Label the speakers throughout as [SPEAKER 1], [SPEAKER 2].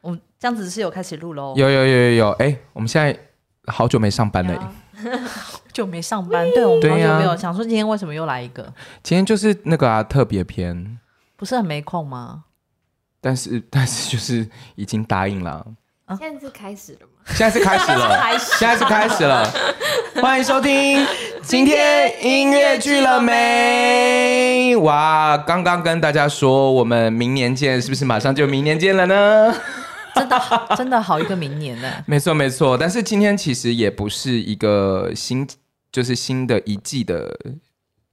[SPEAKER 1] 我们这样子是有开始录喽，
[SPEAKER 2] 有有有有有，哎、我们现在好久没上班了、
[SPEAKER 1] 对啊就没上班，对我们
[SPEAKER 2] 对
[SPEAKER 1] 好久没有、
[SPEAKER 2] 啊
[SPEAKER 1] 想说今天为什么又来一个，
[SPEAKER 2] 今天就是那个啊特别篇，
[SPEAKER 1] 不是很没空 吗？
[SPEAKER 2] 但是 但是就是已经答应了，
[SPEAKER 3] 现在是开始了吗？
[SPEAKER 2] 现在是 开始了，现在是开始了，欢迎收听 今天音乐剧了没？哇，刚刚跟大家说我们明年见，是不是马上就明年见了 呢？
[SPEAKER 1] 真的真的好一个明年呢、
[SPEAKER 2] 没错没错，但是今天其实也不是一个新，就是新的一季的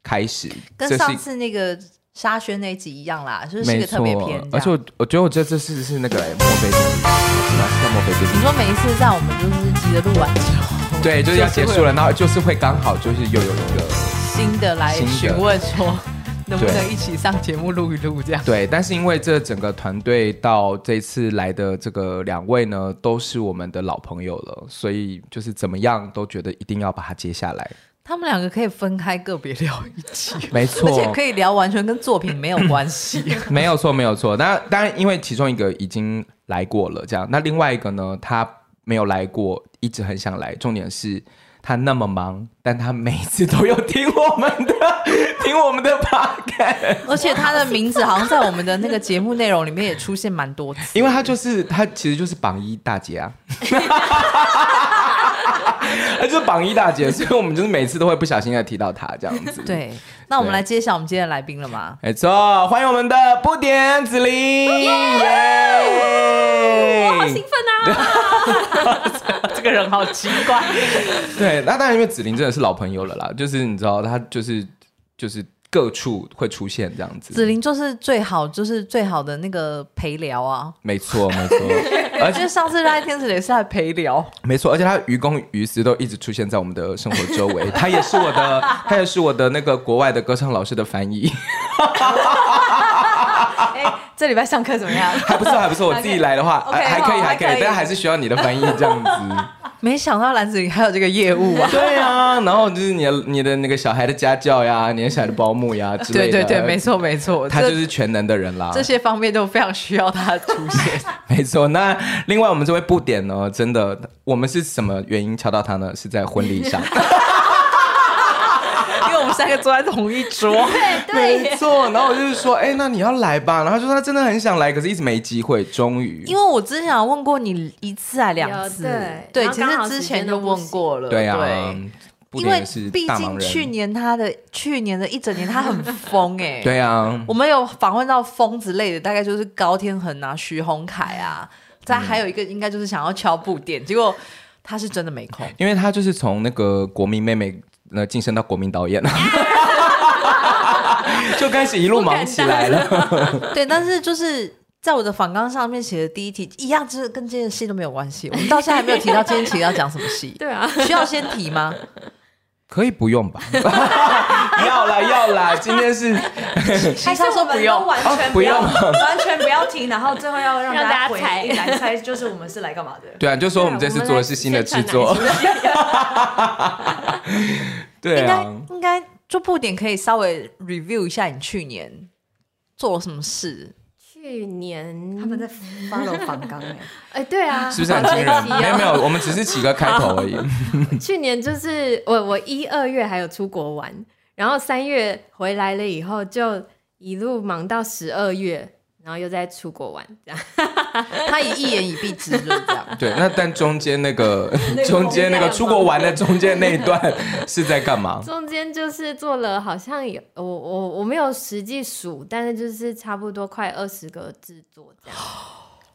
[SPEAKER 2] 开始，
[SPEAKER 1] 跟
[SPEAKER 2] 这
[SPEAKER 1] 上
[SPEAKER 2] 是
[SPEAKER 1] 次那个沙宣那集一样啦，就是是
[SPEAKER 2] 没
[SPEAKER 1] 个
[SPEAKER 2] 错，
[SPEAKER 1] 特别篇这样，
[SPEAKER 2] 而且我我觉得我这次是是那个欸墨菲定律，什么是墨菲定
[SPEAKER 1] 你
[SPEAKER 2] 律？
[SPEAKER 1] 说每一次在我们就是急着录完之后，
[SPEAKER 2] 对，就是要结
[SPEAKER 1] 会
[SPEAKER 2] 束
[SPEAKER 1] 有嗯
[SPEAKER 2] 了，然后就是会刚好就是又有一个
[SPEAKER 1] 新的来
[SPEAKER 2] 新的
[SPEAKER 1] 询问说能不
[SPEAKER 2] 对
[SPEAKER 1] 能一起上节目录一录这样。
[SPEAKER 2] 对，但是因为这整个团队到这次来的这个两位呢，都是我们的老朋友了，所以就是怎么样都觉得一定要把它接下来，
[SPEAKER 1] 他们两个可以分开个别聊一集，
[SPEAKER 2] 没
[SPEAKER 1] 而且
[SPEAKER 2] 错
[SPEAKER 1] 可，以聊完全跟作品没有关 系。
[SPEAKER 2] 没有错，没有错。那当然，因为其中一个已经来过了，这样，那另外一个呢，他没有来过，一直很想来。重点是他那么忙，但他每次都有听我们的， 听我们的 p o
[SPEAKER 1] 而且他的名字好像在我们的那个节目内容里面也出现蛮多次，
[SPEAKER 2] 因为他就是他其实就是榜一大姐啊。 他就是榜一大姐，所以我们就是每次都会不小心的提到他这样 子。，
[SPEAKER 1] 对。那我们来揭晓我们今天的来宾了吗？
[SPEAKER 2] 没错，欢迎我们的布点子林，耶！
[SPEAKER 3] 奋啊！
[SPEAKER 1] 这个人好奇 怪，
[SPEAKER 2] 对，那当然，因为子琳真的是老朋友了啦，就是你知道，她就是就是各处会出现这样子。
[SPEAKER 1] 子，琳就是最好，就是最好的那个陪聊啊。
[SPEAKER 2] 没错，没错，而
[SPEAKER 1] 就
[SPEAKER 2] 且
[SPEAKER 1] 是上次在天使也是在陪聊，
[SPEAKER 2] 没错，而且她于公于私都一直出现在我们的生活周围。她也是我的，她也是我的那个国外的歌唱老师的翻译，
[SPEAKER 3] 哎、
[SPEAKER 1] 这礼拜上课怎么样？
[SPEAKER 2] 还不错，还不错。我自己来的话
[SPEAKER 3] OK，
[SPEAKER 2] 还还可以，
[SPEAKER 3] 好
[SPEAKER 2] 还可
[SPEAKER 3] 还可
[SPEAKER 2] 以
[SPEAKER 3] 以，
[SPEAKER 2] 但还是需要你的翻译这样子。
[SPEAKER 1] 没想到蓝子琳还有这个业务啊！
[SPEAKER 2] 对啊，然后就是你的你的那个小孩的家教呀，你的小孩的保姆呀之
[SPEAKER 1] 对
[SPEAKER 2] 类的。
[SPEAKER 1] 对对，没。错没错，
[SPEAKER 2] 他
[SPEAKER 1] 这
[SPEAKER 2] 就是全能的人啦，
[SPEAKER 1] 这些方面都非常需要他出现。
[SPEAKER 2] 没错，那另外我们这位布点呢，真的，我们是什么原因敲到他呢？是在婚 礼上，
[SPEAKER 1] 因为我们三个坐在同一 桌，
[SPEAKER 2] 没错。然后我就是说，哎、那你要来吧。然后他就说他真的很想来，可是一直没机会。终于
[SPEAKER 1] 因，为我之前有问过你一次还两
[SPEAKER 3] 有
[SPEAKER 1] 次，
[SPEAKER 3] 对
[SPEAKER 1] 对，
[SPEAKER 3] 然后
[SPEAKER 1] 其
[SPEAKER 3] 刚好
[SPEAKER 1] 实
[SPEAKER 3] 时
[SPEAKER 1] 之
[SPEAKER 3] 间
[SPEAKER 1] 前就
[SPEAKER 3] 都不
[SPEAKER 1] 问
[SPEAKER 3] 行
[SPEAKER 1] 过了，
[SPEAKER 2] 对啊
[SPEAKER 1] 对，
[SPEAKER 2] 布
[SPEAKER 1] 因为
[SPEAKER 2] 点也是
[SPEAKER 1] 毕
[SPEAKER 2] 大忙
[SPEAKER 1] 竟去
[SPEAKER 2] 人，
[SPEAKER 1] 年他的去年的一整年他很疯哎、
[SPEAKER 2] 对啊，
[SPEAKER 1] 我们有访问到疯子类的，大概就是高天恒啊、徐宏凯啊，再还有一个应该就是想要敲布点，结果他是真的没 空。
[SPEAKER 2] 因为他就是从那个国民妹妹呃晋升到国民导演， 就开始一路忙起来了。
[SPEAKER 1] 对，但是就是。在我的访纲上面写的第一题一样，就是跟这件戏都没有关系。我们到现在还没有提到今天其实要讲什么 戏，
[SPEAKER 3] 对啊，
[SPEAKER 1] 需要先提吗？
[SPEAKER 2] 可以不用吧？ 要啦要啦，今天 是
[SPEAKER 1] 还是他说不用，
[SPEAKER 4] 完
[SPEAKER 2] 哦不用。
[SPEAKER 4] 完全不要听，然后最后要让
[SPEAKER 3] 让大家
[SPEAKER 4] 大家回
[SPEAKER 3] 猜
[SPEAKER 4] 应来猜，就是我们是来干嘛的？
[SPEAKER 2] 对啊，就说我们这次做的是新的制作。对
[SPEAKER 1] 应该
[SPEAKER 2] 啊，
[SPEAKER 1] 应该就布点可以稍微 review 一下你去年做了什么事。
[SPEAKER 3] 去年
[SPEAKER 4] 他们在 follow 反刚哎，
[SPEAKER 3] 哎、对啊，
[SPEAKER 2] 是不是很惊
[SPEAKER 3] 好
[SPEAKER 2] 人？
[SPEAKER 3] 神 奇哦
[SPEAKER 2] 没有没有，我们只是起个开头而已。
[SPEAKER 3] 去年就是我我一二月还有出国玩，然后三月回来了以后就一路忙到十二月，然后又在出国玩，这样
[SPEAKER 1] 他也一言以蔽之，就是这样。
[SPEAKER 2] 对，那但中间那个中间那个出国玩的中间那一段是在干嘛？
[SPEAKER 3] 中间就是做了好像有我我我没有实际数，但是就是差不多快二十个制作这样。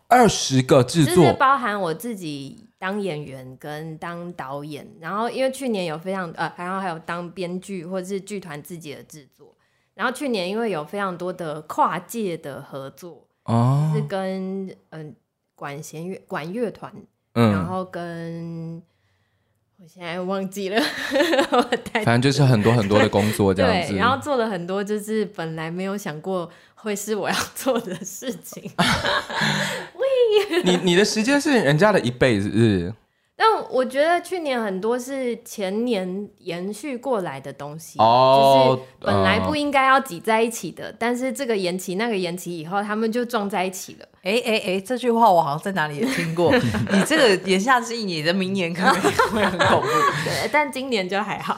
[SPEAKER 2] 二十个制
[SPEAKER 3] 就是
[SPEAKER 2] 作，
[SPEAKER 3] 包含我自己当演员跟当导演，然后因为去年有非常呃，然后还有当编剧或者是剧团自己的制作，然后去年因为有非常多的跨界的合作，
[SPEAKER 2] 哦
[SPEAKER 3] 是，跟嗯、管弦乐管乐团，然
[SPEAKER 2] 嗯，
[SPEAKER 3] 后跟我现在忘记了， 我太
[SPEAKER 2] 反正就是很多很多的工作这样
[SPEAKER 3] 对，
[SPEAKER 2] 子。
[SPEAKER 3] 然后做了很多就是本来没有想过会是我要做的事情，
[SPEAKER 2] 你你的时间是人家的一倍，是不是？
[SPEAKER 3] 但我觉得去年很多是前年延续过来的东西，
[SPEAKER 2] 哦
[SPEAKER 3] 就是本
[SPEAKER 1] 嗯
[SPEAKER 3] 来不应该要挤在一起的，但是这个延期那个延期以后，他们就撞在一起 了。
[SPEAKER 1] 哎哎哎，这句话我好像在哪里也听 过。你这个言下之意，你的明年可能会很恐怖。
[SPEAKER 3] 对，但今年就还好。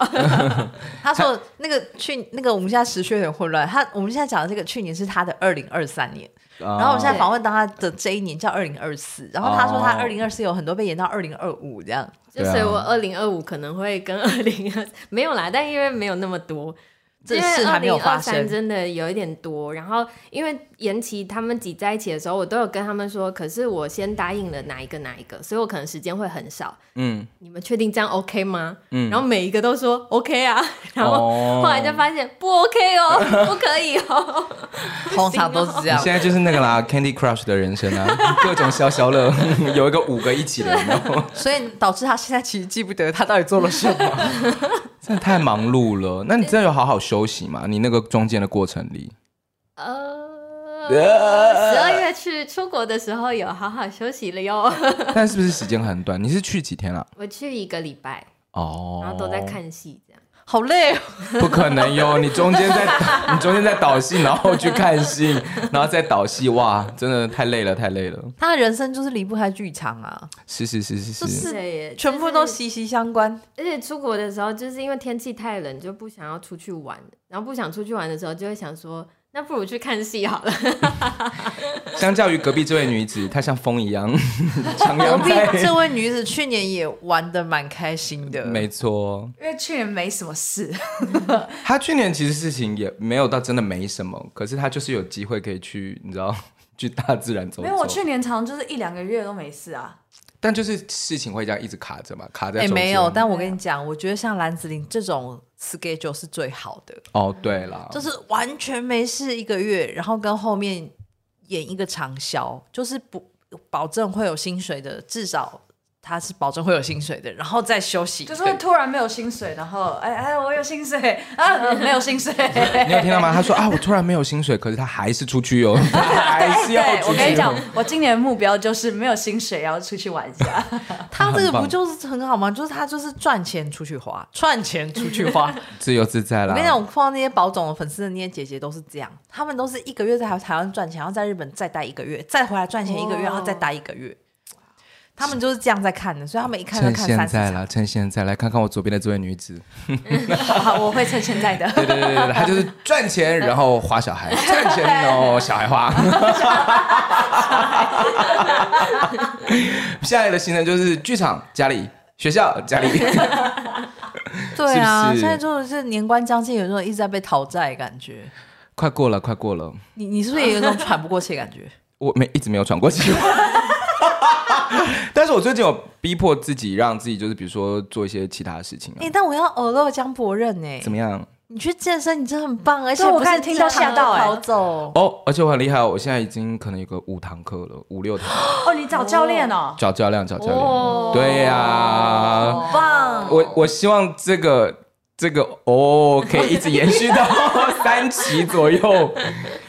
[SPEAKER 1] 他 说那个去那个我们现在时序有点混乱。他我们现在讲的这个去年是他的二零二三年，然
[SPEAKER 2] 啊
[SPEAKER 1] 后我们现在访问到他的这一年叫二零二四，然后他说他
[SPEAKER 2] 哦
[SPEAKER 1] 二零二四有很多被延到二零二五这 样。
[SPEAKER 3] 就
[SPEAKER 2] 对啊
[SPEAKER 3] 所以我二零二五可能会跟二零二没有啦，但因为没有那么多，
[SPEAKER 1] 这事还没有发生
[SPEAKER 3] 因为2023真的有一点多。然后因为延期他们挤在一起的时候，我都有跟他们说，可是我先答应了哪一个哪一个，所以我可能时间会很少。
[SPEAKER 2] 嗯
[SPEAKER 3] 你们确定这样 OK 吗？
[SPEAKER 2] 嗯
[SPEAKER 3] 然后每一个都说 OK 啊， 然后
[SPEAKER 2] 哦
[SPEAKER 3] 后来就发现不 OK 哦， 不可以哦。
[SPEAKER 1] 通常都是这
[SPEAKER 2] 你
[SPEAKER 1] 样
[SPEAKER 2] 现。在就是那个啦，Candy Crush 的人生啊， 各种消消乐，有一个五个一起的，有没有
[SPEAKER 1] 所以导致他现在其实记不得他到底做了什 么。
[SPEAKER 2] 真的太忙碌 了。那你真的有好好休息吗？你那个中间的过程里，
[SPEAKER 3] 呃，
[SPEAKER 2] 呃
[SPEAKER 3] 十二月去出国的时候有好好休息了哟，
[SPEAKER 2] 但是不是时间很短？你是去几天了、啊
[SPEAKER 3] 我去一个礼拜。
[SPEAKER 2] 哦，
[SPEAKER 3] 然后都在，看戏这样。
[SPEAKER 1] 好累、哦，
[SPEAKER 2] 不可能 哟！你中间在 你中间在导戏，然后去看戏， 然后再导戏，哇，真的太累了，太累了。
[SPEAKER 1] 他的人生就是离不开剧场啊，
[SPEAKER 2] 是是是是，
[SPEAKER 1] 就是是
[SPEAKER 3] 对耶
[SPEAKER 1] 全部都
[SPEAKER 3] 就是
[SPEAKER 1] 息息相关。
[SPEAKER 3] 而且出国的时候，就是因为天气太冷，就不想要出去玩，然后不想出去玩的时候，就会想说，那不如去看戏好了。
[SPEAKER 2] 相较于隔壁这位女子，她像风一样 徜
[SPEAKER 1] 隔
[SPEAKER 2] 徉
[SPEAKER 1] 壁这
[SPEAKER 2] 在，
[SPEAKER 1] 位女子去年也玩的蛮开心的， 哎
[SPEAKER 2] 没错。
[SPEAKER 4] 因为去年没什么事，
[SPEAKER 2] 他去年其实事情也没有到真的没什么，可是他就是有机会可以去，你知道，去大自然走走。
[SPEAKER 4] 没有我去年常常就是一两个月都没事啊。
[SPEAKER 2] 但就是事情会这样一直卡着嘛，卡在
[SPEAKER 1] 哎、
[SPEAKER 2] 中间。
[SPEAKER 1] 没有，但我跟你讲，我觉得像兰子林这种 schedule 是最好的，
[SPEAKER 2] 哦，对啦，
[SPEAKER 1] 就是完全没事一个月，然后跟后面演一个长销，就是不保证会有薪水的，至少他是保证会有薪水的，然后再休息一个
[SPEAKER 4] 就
[SPEAKER 1] 月。
[SPEAKER 4] 是会突然没有薪水，然后哎哎，我有薪水 啊，呃没有薪水。
[SPEAKER 2] 你有听到吗？他说啊，我突然没有薪水，可是他还是出 去哦，他还是要
[SPEAKER 4] 哎对，
[SPEAKER 2] 出
[SPEAKER 4] 我
[SPEAKER 2] 去。
[SPEAKER 4] 跟你讲，我今年的目标就是没有薪水，然后出去玩一下。
[SPEAKER 1] 他这个
[SPEAKER 2] 很棒
[SPEAKER 1] 不就是很好吗？就是他就是赚钱出去花，赚钱出去花。
[SPEAKER 2] 自由自在啦。
[SPEAKER 1] 我跟你讲，我碰到那些宝总的粉丝的那些姐姐都是这样，他们都是一个月在台台湾赚钱，然后在日本再待一个月，再回来赚钱一个月，
[SPEAKER 4] 哦
[SPEAKER 1] 然后再待一个月。他们就是这样在看的，所以他们一看就
[SPEAKER 2] 趁
[SPEAKER 1] 看
[SPEAKER 2] 现
[SPEAKER 1] 三十
[SPEAKER 2] 在
[SPEAKER 1] 场。
[SPEAKER 2] 啦，趁现在来看看我左边的这位女子。
[SPEAKER 4] 好，我会趁现在的。
[SPEAKER 2] 对对对对，对她就是赚钱，然后花小 孩，赚钱然后小孩花。 下来的行程就是剧场、家里、学校、家里。
[SPEAKER 1] 对啊，
[SPEAKER 2] 是不是
[SPEAKER 1] 现在就是年关将近，有那种一直在被讨债的感觉。
[SPEAKER 2] 快过了，快过了，
[SPEAKER 1] 你你是不是也有一种喘不过气的感 觉？
[SPEAKER 2] 我没一直没有喘过气。 但是我最近有逼迫自己，让自己就是比如说做一些其他事情、啊
[SPEAKER 1] 哎、，但我要偶尔江博认哎、
[SPEAKER 2] 怎么样？
[SPEAKER 1] 你去健身，你真的很棒，而且
[SPEAKER 4] 对
[SPEAKER 1] 不
[SPEAKER 4] 我
[SPEAKER 1] 是
[SPEAKER 4] 刚才听到
[SPEAKER 1] 健康
[SPEAKER 4] 吓到
[SPEAKER 1] 的
[SPEAKER 4] 哎
[SPEAKER 1] 跑走。
[SPEAKER 2] 哦，而且我很厉害哦，我现在已经可能有个五堂课了，五六堂，
[SPEAKER 4] 哦，你找教练哦，
[SPEAKER 2] 找教练，找教练。
[SPEAKER 3] 哦
[SPEAKER 2] 对呀、
[SPEAKER 4] 哦
[SPEAKER 1] 棒
[SPEAKER 2] 我我希望这个这个哦，可以一直延续到三期 左右。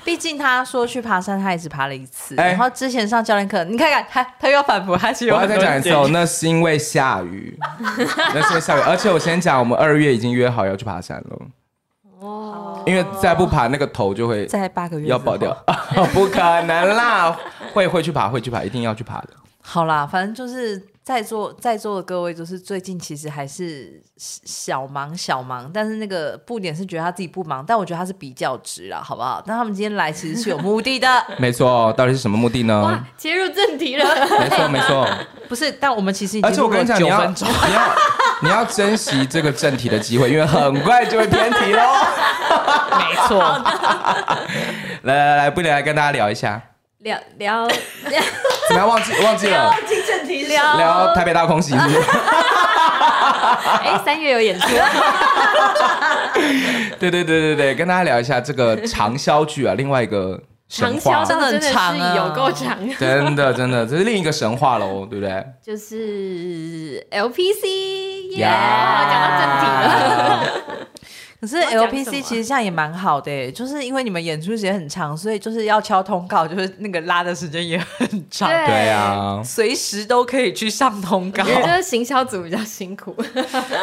[SPEAKER 1] 毕竟他说去爬山，他也只爬了一次。
[SPEAKER 2] 哎
[SPEAKER 1] 然后之前上教练课，你看看他，他又要反驳，他其实有
[SPEAKER 2] 我要
[SPEAKER 1] 很多
[SPEAKER 2] 再讲一次
[SPEAKER 1] 建
[SPEAKER 2] 哦
[SPEAKER 1] 议，
[SPEAKER 2] 那是因为下雨， 那是因为下雨，而且我先讲，我们二月已经约好要去爬山了，
[SPEAKER 3] 哦，
[SPEAKER 2] 因为再不爬那个头就会
[SPEAKER 1] 在八个月
[SPEAKER 2] 要
[SPEAKER 1] 之后
[SPEAKER 2] 爆掉， 不可能啦，会会去爬，会去爬，一定要去爬的。
[SPEAKER 1] 好啦，反正就是在座在座的各位，就是最近其实还是小忙小忙，但是那个布点是觉得他自己不忙，但我觉得他是比较值啦，好不好？但他们今天来其实是有目的 的，
[SPEAKER 2] 没错，到底是什么目的呢
[SPEAKER 3] 哇？，切入正题了。
[SPEAKER 2] 没错没错，
[SPEAKER 1] 不是？但我们其实已
[SPEAKER 2] 而
[SPEAKER 1] 经
[SPEAKER 2] 且我
[SPEAKER 1] 录
[SPEAKER 2] 跟
[SPEAKER 1] 了
[SPEAKER 2] 你讲，你
[SPEAKER 1] 九
[SPEAKER 2] 要
[SPEAKER 1] 分钟。
[SPEAKER 2] 你要你要珍惜这个正题的机会，因为很快就会偏题 喽。
[SPEAKER 1] 没错，
[SPEAKER 2] 来来来，不聊来跟大家聊一下，
[SPEAKER 3] 聊聊
[SPEAKER 2] 怎么样？忘记忘记 了
[SPEAKER 4] 进正题了。
[SPEAKER 3] 聊
[SPEAKER 1] 哦
[SPEAKER 2] 聊台北大空袭是不是
[SPEAKER 3] 哎，三月有演出，啊
[SPEAKER 2] 对对对对对，跟大家聊一下这个长销剧啊，另外一个神
[SPEAKER 3] 长
[SPEAKER 2] 话
[SPEAKER 3] 销，
[SPEAKER 1] 真的很
[SPEAKER 3] 真的
[SPEAKER 1] 长啊
[SPEAKER 3] 是有够长，
[SPEAKER 2] 真的真的，这是另一个神话喽，对不对？
[SPEAKER 3] 就是 LPC，耶，
[SPEAKER 2] 呀
[SPEAKER 3] 讲到正题了。
[SPEAKER 1] 可是
[SPEAKER 3] 要讲什
[SPEAKER 1] LPC
[SPEAKER 3] 么啊
[SPEAKER 1] 其实这样也蛮好的、欸，就是因为你们演出时间很长，所以就是要敲通告，就是那个拉的时间也很长，
[SPEAKER 3] 对
[SPEAKER 2] 对啊，
[SPEAKER 1] 随时都可以去上通告
[SPEAKER 3] 我，觉得行销组比较辛苦。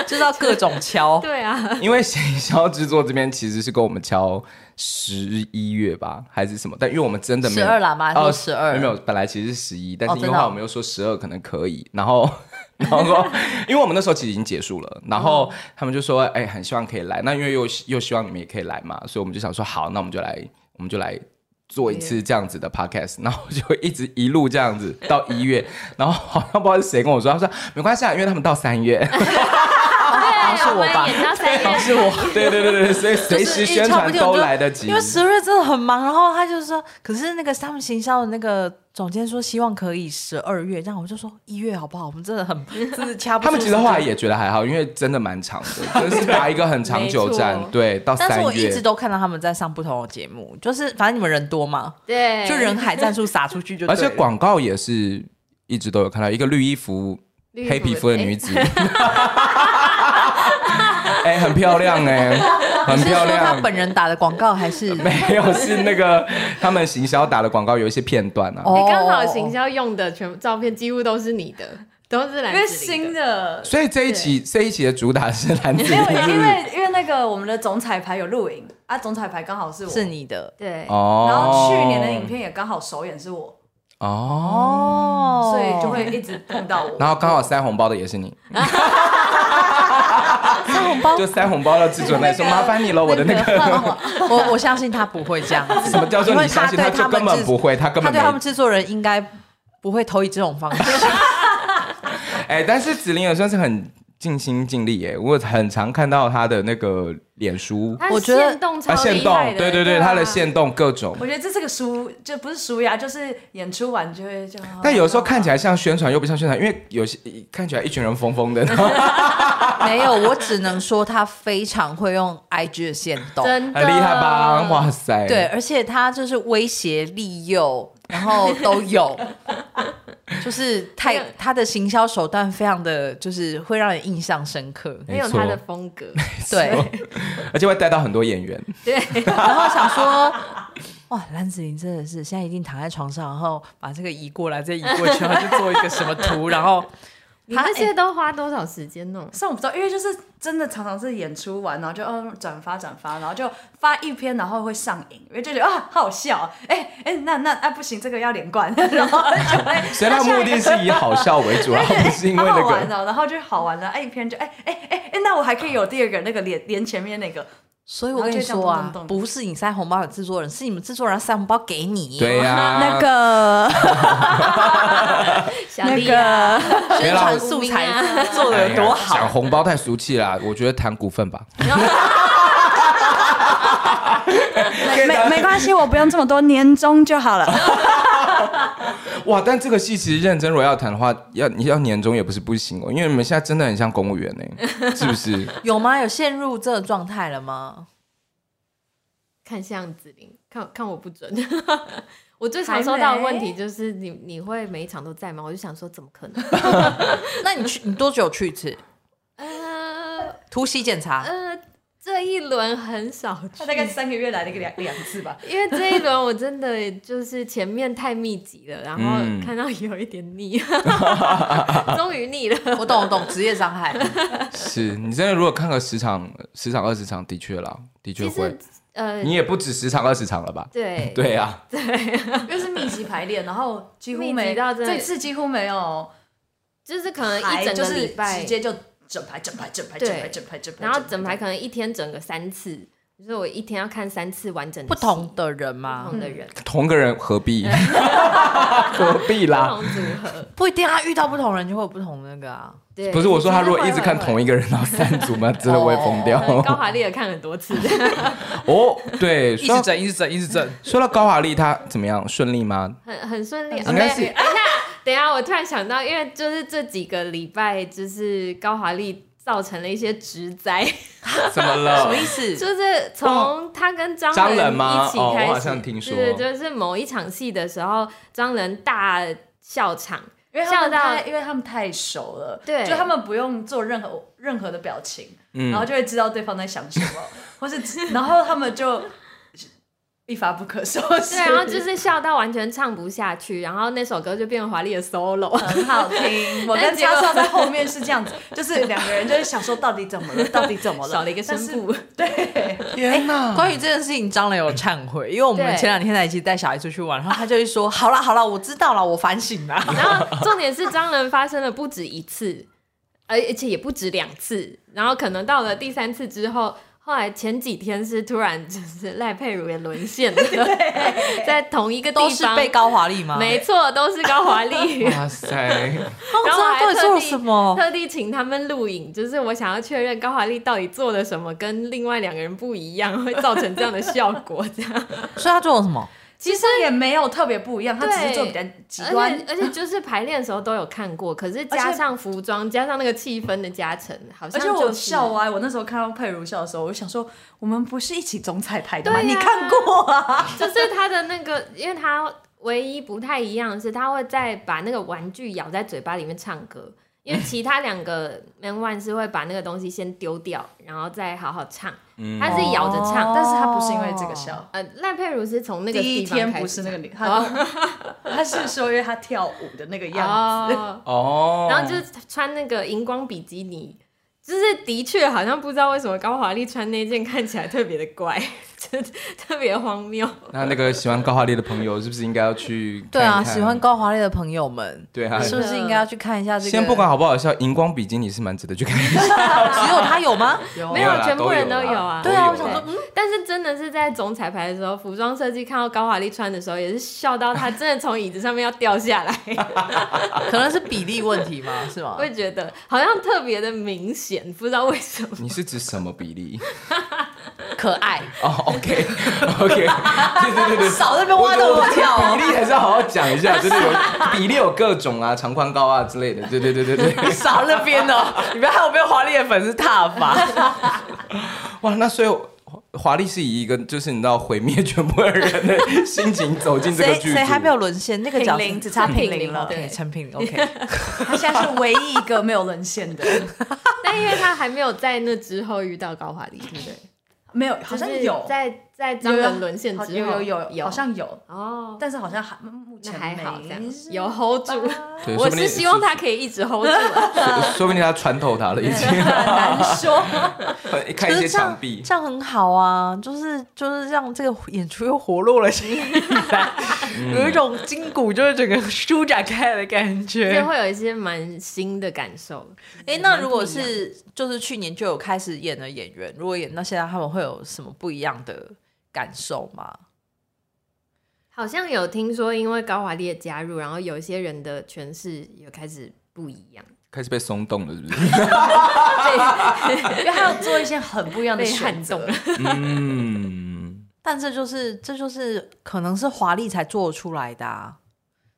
[SPEAKER 1] 就是要各种敲。
[SPEAKER 3] 对啊，
[SPEAKER 2] 因为行销制作这边其实是跟我们敲十一月吧，还是什么？但因为我们真的没有
[SPEAKER 1] 12啦嘛
[SPEAKER 2] 哦，
[SPEAKER 1] 说12
[SPEAKER 2] 没有没有，本来其实是十一，但
[SPEAKER 1] 哦
[SPEAKER 2] 是因
[SPEAKER 1] 真
[SPEAKER 2] 为
[SPEAKER 1] 的
[SPEAKER 2] 后来
[SPEAKER 1] 哦
[SPEAKER 2] 我们又说十二可能可以，然后然后因为我们那时候其实已经结束了，然后
[SPEAKER 1] 嗯
[SPEAKER 2] 他们就说，哎、很希望可以来，那因为又又希望你们也可以来嘛，所以我们就想说，好，那我们就来，我们就来。做一次这样子的 podcast，然后就一直一路这样子到一月，然后好像不知道是谁跟我说，他说没关系啊，因为他们到三月，
[SPEAKER 3] 对，啊
[SPEAKER 1] 是我吧
[SPEAKER 3] 们演到 三月，
[SPEAKER 1] 是我
[SPEAKER 2] 对对对对，所以随
[SPEAKER 1] 就是
[SPEAKER 2] 时
[SPEAKER 1] 一
[SPEAKER 2] 宣
[SPEAKER 1] 敲不
[SPEAKER 2] 传
[SPEAKER 1] 定
[SPEAKER 2] 都
[SPEAKER 1] 我就
[SPEAKER 2] 来得及。
[SPEAKER 1] 因为十二月真的很忙，然后他就说，可是那个他们行销的那个总监说希望可以十二月，这样我就说一月好不好？我们真的 很真的掐不
[SPEAKER 2] 他们
[SPEAKER 1] 出
[SPEAKER 2] 其实
[SPEAKER 1] 时
[SPEAKER 2] 后来
[SPEAKER 1] 间，
[SPEAKER 2] 也觉得还好，因为真的蛮 长的，就是打一个很长久战
[SPEAKER 3] 没，错
[SPEAKER 2] 对，到
[SPEAKER 1] 但
[SPEAKER 2] 三
[SPEAKER 1] 是我一
[SPEAKER 2] 月
[SPEAKER 1] 直。都看到他们在上不同的节目，就是反正你们人多嘛，
[SPEAKER 3] 对，
[SPEAKER 1] 就人海战术撒出去就对
[SPEAKER 2] 而
[SPEAKER 1] 了，
[SPEAKER 2] 且广告也是一直都有看到一个绿衣服、
[SPEAKER 3] 绿衣服
[SPEAKER 2] 黑皮肤的女 子，哎、很漂亮哎、 很
[SPEAKER 1] 你是
[SPEAKER 2] 漂
[SPEAKER 1] 说他
[SPEAKER 2] 亮。
[SPEAKER 1] 本人打的广告还是？
[SPEAKER 2] 没有，是那个他们行销打的广告有一些片段啊，
[SPEAKER 1] 哦
[SPEAKER 3] 你哎刚好行销用的全部照片几乎都是你的，都是来
[SPEAKER 4] 因
[SPEAKER 3] 自
[SPEAKER 4] 为
[SPEAKER 3] 你
[SPEAKER 4] 新的，
[SPEAKER 2] 所以这一期这一期的主打是蓝子
[SPEAKER 4] 没
[SPEAKER 2] 林
[SPEAKER 4] 有，因为因为那个我们的总彩排有录影啊，总彩排刚好是我，
[SPEAKER 1] 是你的
[SPEAKER 3] 对，
[SPEAKER 2] 哦，
[SPEAKER 4] 然后去年的影片也刚好首演是我，
[SPEAKER 2] 哦，
[SPEAKER 1] 哦
[SPEAKER 4] 所以就 会一直碰到我。
[SPEAKER 2] 然后刚好塞红包的也是你，
[SPEAKER 1] 塞红包
[SPEAKER 2] 就塞红包的制作人来说麻烦你了，我的那个
[SPEAKER 1] 我我相信他不会这样子。
[SPEAKER 2] 什么叫做
[SPEAKER 1] 因
[SPEAKER 2] 你
[SPEAKER 1] 为
[SPEAKER 2] 相
[SPEAKER 1] 他
[SPEAKER 2] 信
[SPEAKER 1] 对
[SPEAKER 2] 就
[SPEAKER 1] 他
[SPEAKER 2] 根
[SPEAKER 1] 们
[SPEAKER 2] 本
[SPEAKER 1] 制
[SPEAKER 2] 不会，他根
[SPEAKER 1] 他
[SPEAKER 2] 本
[SPEAKER 1] 对他们
[SPEAKER 2] 没。
[SPEAKER 1] 制作人应该不会投以这种方式。
[SPEAKER 2] 哎，但是子琳也算是很尽心尽力耶，我很常看到他的那个脸书，
[SPEAKER 3] 它
[SPEAKER 1] 我觉得
[SPEAKER 3] 限动超
[SPEAKER 2] 啊，
[SPEAKER 3] 厉
[SPEAKER 2] 线动
[SPEAKER 3] 害，的，
[SPEAKER 2] 对对对，
[SPEAKER 3] 啊
[SPEAKER 2] 他的线动各种。
[SPEAKER 4] 我觉得这是个舒，就不是舒压，就是演出完就会就。哦
[SPEAKER 2] 但有时候看起来像宣传，又不像宣传，因为有些看起来一群人疯疯的，然后
[SPEAKER 1] 没有，我只能说他非常会用 IG 的线动，
[SPEAKER 3] 真的
[SPEAKER 2] 很厉害吧？哇塞！
[SPEAKER 1] 对，，而且他就是威胁、利诱，然后都有， 就是太他的行销手段非常的就是会让人印象深刻。
[SPEAKER 3] 没有
[SPEAKER 2] 没错
[SPEAKER 3] 他的风格，
[SPEAKER 1] 对，
[SPEAKER 2] 而且会带到很多 演员，
[SPEAKER 1] 然后想说，哇，蓝子玲真的是现在一定躺在床上，然后把这个移过来，再移过去，然后就做一个什么图，然后
[SPEAKER 3] 你那些都花多少时间弄？
[SPEAKER 4] 虽然我不知道，因为就是真的常常是演出完，然后就嗯转发转发，然后就发一篇，然后会上瘾，因为就觉得啊好好笑，哎、哎、那那那不行，这个要连贯， 然后就会
[SPEAKER 2] 所以他目的是以好 笑为主，而不是因为那
[SPEAKER 4] 好好玩
[SPEAKER 2] 个。
[SPEAKER 4] 哦，然后就好玩了，哎一篇就哎哎哎哎，那我还可以有第二个那个连连前面那个，
[SPEAKER 1] 所以我跟你说啊，不是你塞红包给制作人，是你们制作人塞红包给你。
[SPEAKER 2] 对呀，
[SPEAKER 1] 那个
[SPEAKER 3] 小
[SPEAKER 1] 那
[SPEAKER 3] 丽啊，
[SPEAKER 1] 个
[SPEAKER 2] 别
[SPEAKER 1] 宣
[SPEAKER 2] 啦
[SPEAKER 1] 传素材 做的
[SPEAKER 2] 哎呀
[SPEAKER 1] 多好
[SPEAKER 2] 讲，红包太俗气啦，我觉得谈股份吧。啊
[SPEAKER 4] 没没关系，我不用这么多，年终就好了。
[SPEAKER 2] 哇，但这个戏其实认真如果要谈的话，要你要年终也不是不行哦，因为你们现在真的很像公务员呢、 是不是？
[SPEAKER 1] 有吗？有陷入这个状态了吗？
[SPEAKER 3] 看向子林，看看我不准。 我最常收到的问题就是你你会每一场都在吗？我就想说怎么可能？
[SPEAKER 1] 那你 去，你多久去一次
[SPEAKER 3] 呃
[SPEAKER 1] 突袭检查？
[SPEAKER 3] 呃，这一轮很少去
[SPEAKER 4] 他，大概三个月来了个两两次 吧。
[SPEAKER 3] 因为这一轮我真的就是前面太密集了，然后
[SPEAKER 2] 嗯
[SPEAKER 3] 看到有一点 腻，终于腻了。
[SPEAKER 1] 我懂，我懂，职业伤 害。
[SPEAKER 2] 是你真的如果看个十场、十场、二十场，的确啦，的确
[SPEAKER 3] 其
[SPEAKER 2] 会
[SPEAKER 3] 实。呃，
[SPEAKER 2] 你也不止十场、二十场了吧？
[SPEAKER 3] 对
[SPEAKER 2] 对啊，
[SPEAKER 4] 因为是密集排练，然后几乎
[SPEAKER 3] 密集
[SPEAKER 4] 没
[SPEAKER 3] 到真的
[SPEAKER 4] 这次几乎没有，
[SPEAKER 3] 就是可能
[SPEAKER 4] 排
[SPEAKER 3] 一整
[SPEAKER 4] 就
[SPEAKER 3] 个
[SPEAKER 4] 是
[SPEAKER 3] 礼拜，
[SPEAKER 4] 直接就整排整排整排整排整排整排，
[SPEAKER 3] 然后整排可能一天整个三次，就是我一天要看三次完整的
[SPEAKER 1] 不
[SPEAKER 3] 戏
[SPEAKER 1] 同的人
[SPEAKER 3] 不
[SPEAKER 1] 嘛，
[SPEAKER 4] 嗯
[SPEAKER 3] 同的人，
[SPEAKER 2] 同个人何必？ 何必
[SPEAKER 3] 不
[SPEAKER 2] 啦？
[SPEAKER 3] 同组合。
[SPEAKER 1] 不一定啊，遇到不同人就会有不同的那个啊。
[SPEAKER 3] 对，
[SPEAKER 2] 不是我说，他如果一直看
[SPEAKER 3] 会
[SPEAKER 2] 同一个哦人，然后三组嘛，真的会疯掉。
[SPEAKER 3] 会会高华丽也看很多次，
[SPEAKER 2] 哦，对，说到
[SPEAKER 1] 整，一直整，一直整。
[SPEAKER 2] 说到高华丽，他怎么样？顺利吗？
[SPEAKER 3] 很很顺利。
[SPEAKER 2] 应该是
[SPEAKER 3] 没有等一下， 等一下，我突然想到，因为就是这几个礼拜，就是高华丽造成了一些职灾，
[SPEAKER 2] 怎么了？
[SPEAKER 1] 什么意思？
[SPEAKER 3] 就是从他跟张
[SPEAKER 2] 哦张仁吗
[SPEAKER 3] 一起
[SPEAKER 2] 哦
[SPEAKER 3] 开始，
[SPEAKER 2] 我好像听说
[SPEAKER 3] 对，就是某一场戏的时候，张仁大笑场。
[SPEAKER 4] 因因为他
[SPEAKER 3] 笑
[SPEAKER 4] 们
[SPEAKER 3] 到
[SPEAKER 4] 太，因为他们太熟了，
[SPEAKER 3] 对
[SPEAKER 4] 就他们不用做任何任何的表情，
[SPEAKER 2] 嗯
[SPEAKER 4] 然后就会知道对方在想什么， 或是然后他们就一发不可收
[SPEAKER 3] 对，
[SPEAKER 4] 拾，
[SPEAKER 3] 然后就是笑到完全唱不下去，然后那首歌就变成华丽的 solo。
[SPEAKER 4] 很好听。我跟嘉少在后面是这样子，就是两个人就是想说到底怎么了，到底怎么了，
[SPEAKER 3] 少了一个声部，
[SPEAKER 4] 对，
[SPEAKER 2] 天哪！
[SPEAKER 1] 哎关于这件事情，张磊有忏悔，因为我们
[SPEAKER 3] 对
[SPEAKER 1] 前两天才一起带小孩出去玩，然后他就会说：“ 好啦好啦，我知道了，我反省了。
[SPEAKER 3] 然后重点是张人发生了不止一次，而而且也不止两次，然后可能到了第三次之后。后来前几天是突然就是赖佩如也沦陷了，在同一个”地
[SPEAKER 1] 都是
[SPEAKER 3] 方，
[SPEAKER 1] 被高华丽吗？
[SPEAKER 3] 没错，都是高 华丽。
[SPEAKER 2] 哇塞，
[SPEAKER 1] 然
[SPEAKER 3] 然
[SPEAKER 1] 后
[SPEAKER 3] 后我还
[SPEAKER 1] 到底
[SPEAKER 3] 特
[SPEAKER 1] 做了
[SPEAKER 3] 地
[SPEAKER 1] 什么？
[SPEAKER 3] 特地请他们录影，就是我想要确认高华丽到底做了什么，跟另外两个人不一样，会造成这样的效果。这样，
[SPEAKER 1] 所以他做了什么？
[SPEAKER 4] 其实也没有特别不一样，他只是做比较极端
[SPEAKER 3] 而且而且就是排练的时候都有看过，可是加上服装，加上那个气氛的加成，好像
[SPEAKER 4] 而且
[SPEAKER 3] 就
[SPEAKER 4] 我
[SPEAKER 3] 是
[SPEAKER 4] 笑啊歪，我那时候看到佩如笑的时候，我想说，我们不是一起中彩排的吗？
[SPEAKER 3] 对啊
[SPEAKER 4] 你看过啊？
[SPEAKER 3] 就是他的那个，因为他唯一不太一样的是，他会再把那个玩具咬在嘴巴里面唱歌，因为其他两个 Man One 是会把那个东西先丢掉，然后再好好唱，
[SPEAKER 2] 嗯
[SPEAKER 3] 他是咬着
[SPEAKER 1] 哦
[SPEAKER 3] 唱。
[SPEAKER 4] 但是他不是因为这个笑，
[SPEAKER 3] 呃，赖佩如是从那个
[SPEAKER 4] 第一
[SPEAKER 3] 地方
[SPEAKER 4] 天
[SPEAKER 3] 开
[SPEAKER 4] 不
[SPEAKER 3] 始
[SPEAKER 4] 是那个脸，
[SPEAKER 3] 唱
[SPEAKER 4] 他他是说因为他跳舞的那个样子。
[SPEAKER 3] 哦，
[SPEAKER 2] 哦，
[SPEAKER 3] 然后就是穿那个荧光比基尼，就是的确好像不知道为什么高华丽穿那件看起来特别的怪， 就是特别荒谬。
[SPEAKER 2] 那那个喜欢高华丽的朋友，是不是应该要去看一看？
[SPEAKER 1] 对啊，喜欢高华丽的朋友们，
[SPEAKER 2] 对啊，
[SPEAKER 1] 是不是应该要去看一下这个？
[SPEAKER 2] 先不管好不好笑，荧光比基尼是蛮值得去看一下。
[SPEAKER 1] 只有他有吗？
[SPEAKER 3] 没有
[SPEAKER 2] 啦
[SPEAKER 3] 全部
[SPEAKER 2] 都
[SPEAKER 3] 人
[SPEAKER 2] 啦
[SPEAKER 3] 都有啊
[SPEAKER 2] 都
[SPEAKER 1] 对啊，
[SPEAKER 2] 有
[SPEAKER 1] 我想说，嗯，
[SPEAKER 3] 但是真的是在总彩排的时候，服装设计看到高华丽穿的时候，也是笑到她真的从椅子上面要掉下 来。
[SPEAKER 2] 啊
[SPEAKER 1] 可能是比例问题吗？是吗？
[SPEAKER 3] 会觉得好像特别的明显，不知道为什 么。
[SPEAKER 2] 你是指什么比例？
[SPEAKER 1] 可爱，
[SPEAKER 2] 哦，OK，OK，对对对对。
[SPEAKER 1] 少在那边挖洞我跳
[SPEAKER 2] 比
[SPEAKER 1] 哦，
[SPEAKER 2] 例还是要好好讲 一下，就是有比例有各种啊，长宽高啊之类的。对对对 对对。
[SPEAKER 1] 少那边哦，你不要害我被华丽的粉丝踏 伐。
[SPEAKER 2] 哇，那所以华华丽是以一个就是你知道毁灭全部的人的心情走进这个
[SPEAKER 1] 谁
[SPEAKER 2] 剧组。
[SPEAKER 1] 谁还没有沦陷？那个角
[SPEAKER 4] 品
[SPEAKER 1] 色
[SPEAKER 4] 零只差品零了，
[SPEAKER 1] 对，
[SPEAKER 3] 对
[SPEAKER 1] 陈品 OK，
[SPEAKER 4] 他现在是唯一一个没有沦陷的，
[SPEAKER 3] 但因为他还没有在那之后遇到高华丽，对不对？
[SPEAKER 4] 没有，好像
[SPEAKER 3] 就是
[SPEAKER 4] 有
[SPEAKER 3] 在在张
[SPEAKER 4] 有有
[SPEAKER 3] 人沦陷之后
[SPEAKER 4] 有有有，
[SPEAKER 3] 有
[SPEAKER 4] 好像有，
[SPEAKER 3] 哦，
[SPEAKER 4] 但是好像还目
[SPEAKER 3] 那
[SPEAKER 4] 前
[SPEAKER 3] 还好这样
[SPEAKER 4] 没
[SPEAKER 3] 有 hold 住。
[SPEAKER 2] 对，说
[SPEAKER 3] 我
[SPEAKER 2] 不定
[SPEAKER 3] 是希望他可以一直 hold 住 啊。
[SPEAKER 2] 说说不定他穿透他了，已经
[SPEAKER 4] 很难说。
[SPEAKER 2] 看一些墙壁。
[SPEAKER 1] 这样很好啊，就是就是让这个演出又活络了 起来，
[SPEAKER 2] 嗯
[SPEAKER 1] 有一种筋骨就是整个舒展开来的感
[SPEAKER 3] 就
[SPEAKER 1] 觉。
[SPEAKER 3] 会有一些蛮新的感受。
[SPEAKER 1] 哎、那如果是就是去年就有开始演的演员，如果演到现在，他们会有什么不一样的感受吗？
[SPEAKER 3] 好像有听说，因为高华丽的加入，然后有一些人的诠释有开始不一样，
[SPEAKER 2] 开始被松动了，是不是？
[SPEAKER 4] 因为他要做一些很不一样的
[SPEAKER 3] 被
[SPEAKER 4] 选
[SPEAKER 3] 撼动
[SPEAKER 4] 择，。
[SPEAKER 2] 嗯，
[SPEAKER 1] 但这就是这就是可能是华丽才做出来的、啊。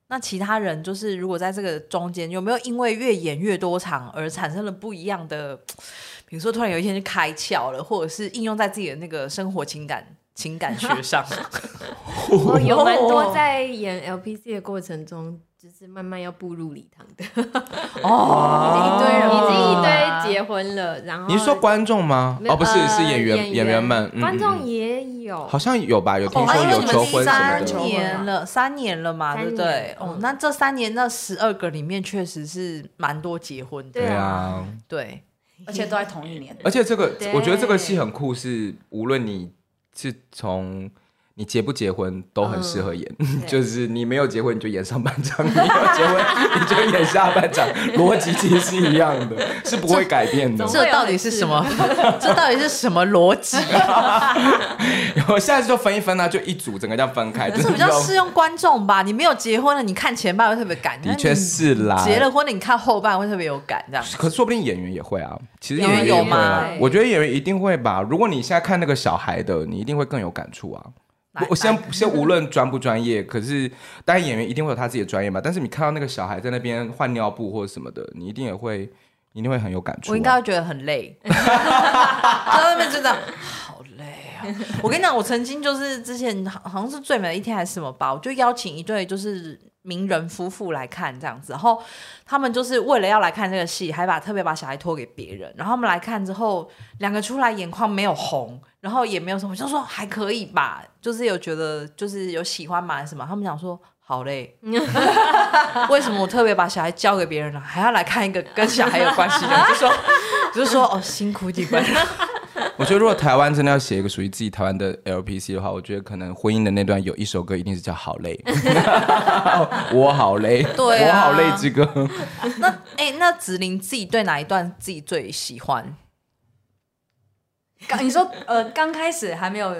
[SPEAKER 1] 那其他人就是如果在这个中间有没有因为越演越多场而产生了不一样的，比如说突然有一天就开窍了，或者是应用在自己的那个生活情感情感学 上，
[SPEAKER 3] 我哦有蛮
[SPEAKER 2] 哦
[SPEAKER 3] 多在演 LPC 的过程中，就是慢慢要步入礼堂的，
[SPEAKER 1] 哦
[SPEAKER 4] 一堆人
[SPEAKER 3] 已经一
[SPEAKER 4] 啊
[SPEAKER 3] 堆结婚了，然后
[SPEAKER 2] 哦你是说观众吗？
[SPEAKER 3] 没有
[SPEAKER 2] 哦，不是，
[SPEAKER 3] 呃
[SPEAKER 2] 是演员演员们，嗯
[SPEAKER 3] 观众
[SPEAKER 2] 嗯
[SPEAKER 3] 也有
[SPEAKER 2] 嗯。好像有吧？有听
[SPEAKER 4] 哦
[SPEAKER 2] 说
[SPEAKER 4] 因为
[SPEAKER 2] 有
[SPEAKER 4] 你们
[SPEAKER 2] 求婚什
[SPEAKER 1] 三
[SPEAKER 2] 么
[SPEAKER 4] 是
[SPEAKER 2] 的
[SPEAKER 4] 一。
[SPEAKER 1] 年了，三年了嘛，
[SPEAKER 3] 啊三
[SPEAKER 1] 对
[SPEAKER 3] 年
[SPEAKER 1] 不对？
[SPEAKER 3] 嗯
[SPEAKER 1] 哦，那这三年那十二个里面确实是蛮多结婚的，
[SPEAKER 3] 对啊
[SPEAKER 2] 啊，
[SPEAKER 1] 对
[SPEAKER 4] 而且都在同一年。
[SPEAKER 2] 而且这个
[SPEAKER 3] 对
[SPEAKER 2] 我觉得这个戏很酷，是无论你是从你结不结婚都很适合演，
[SPEAKER 3] 嗯 对
[SPEAKER 2] 就是你没有结婚你就演上半场，你有结婚你就演下半场，逻辑其实是一样的，是不会改变的。
[SPEAKER 1] 这到底是什 么？这到底是什么逻辑？
[SPEAKER 2] 我下次就分一分啊，就一组整个这样分开，就
[SPEAKER 1] 这
[SPEAKER 2] 是
[SPEAKER 1] 比较
[SPEAKER 2] 用
[SPEAKER 1] 适用观众吧。你没有结婚了，你看前半会特别感，
[SPEAKER 2] 的确是啦
[SPEAKER 1] 那你结了婚了，你看后半会特别有感，这样。
[SPEAKER 2] 可是说不定演员也会啊，其实
[SPEAKER 1] 演员
[SPEAKER 2] 员也
[SPEAKER 1] 有
[SPEAKER 2] 会
[SPEAKER 1] 吗
[SPEAKER 2] 啊
[SPEAKER 3] 对。
[SPEAKER 2] 我觉得演员一定会吧。如果你现在看那个小孩的，你一定会更有感触啊。
[SPEAKER 1] 哪
[SPEAKER 2] 我我先
[SPEAKER 1] 哪
[SPEAKER 2] 先无论专不专业，可是当然演员一定会有他自己的专业嘛。但是你看到那个小孩在那边换尿布或者什么的，你一定也会，你一定会很有感触、啊。
[SPEAKER 1] 我应该会觉得很 累，在那边真的好累啊！我跟你讲，我曾经就是之前好好像是最美的一天还是什么吧，我就邀请一对就是名人夫妇来看这样子，然后他们就是为了要来看这个戏，还把特别把小孩托给别人，然后他们来看之后，两个出来眼眶没有红，然后也没有什么，就说还可以吧，就是有觉得就是有喜欢嘛什么，他们讲说。好嘞， 为什么我特别把小孩交给别人了，还要来看一个跟小孩有关系的？ 就说，就说哦，辛苦你们了。
[SPEAKER 2] 我觉得如果台湾真的要写一个属于自己台湾的 LPC 的话，我觉得可能婚姻的那段有一首歌一定是叫《好累》，哦我好累，
[SPEAKER 1] 对啊
[SPEAKER 2] 我好累之歌。
[SPEAKER 1] 那哎、那子琳自己对哪一段自己最喜欢？
[SPEAKER 4] 刚你说呃，刚开始还没有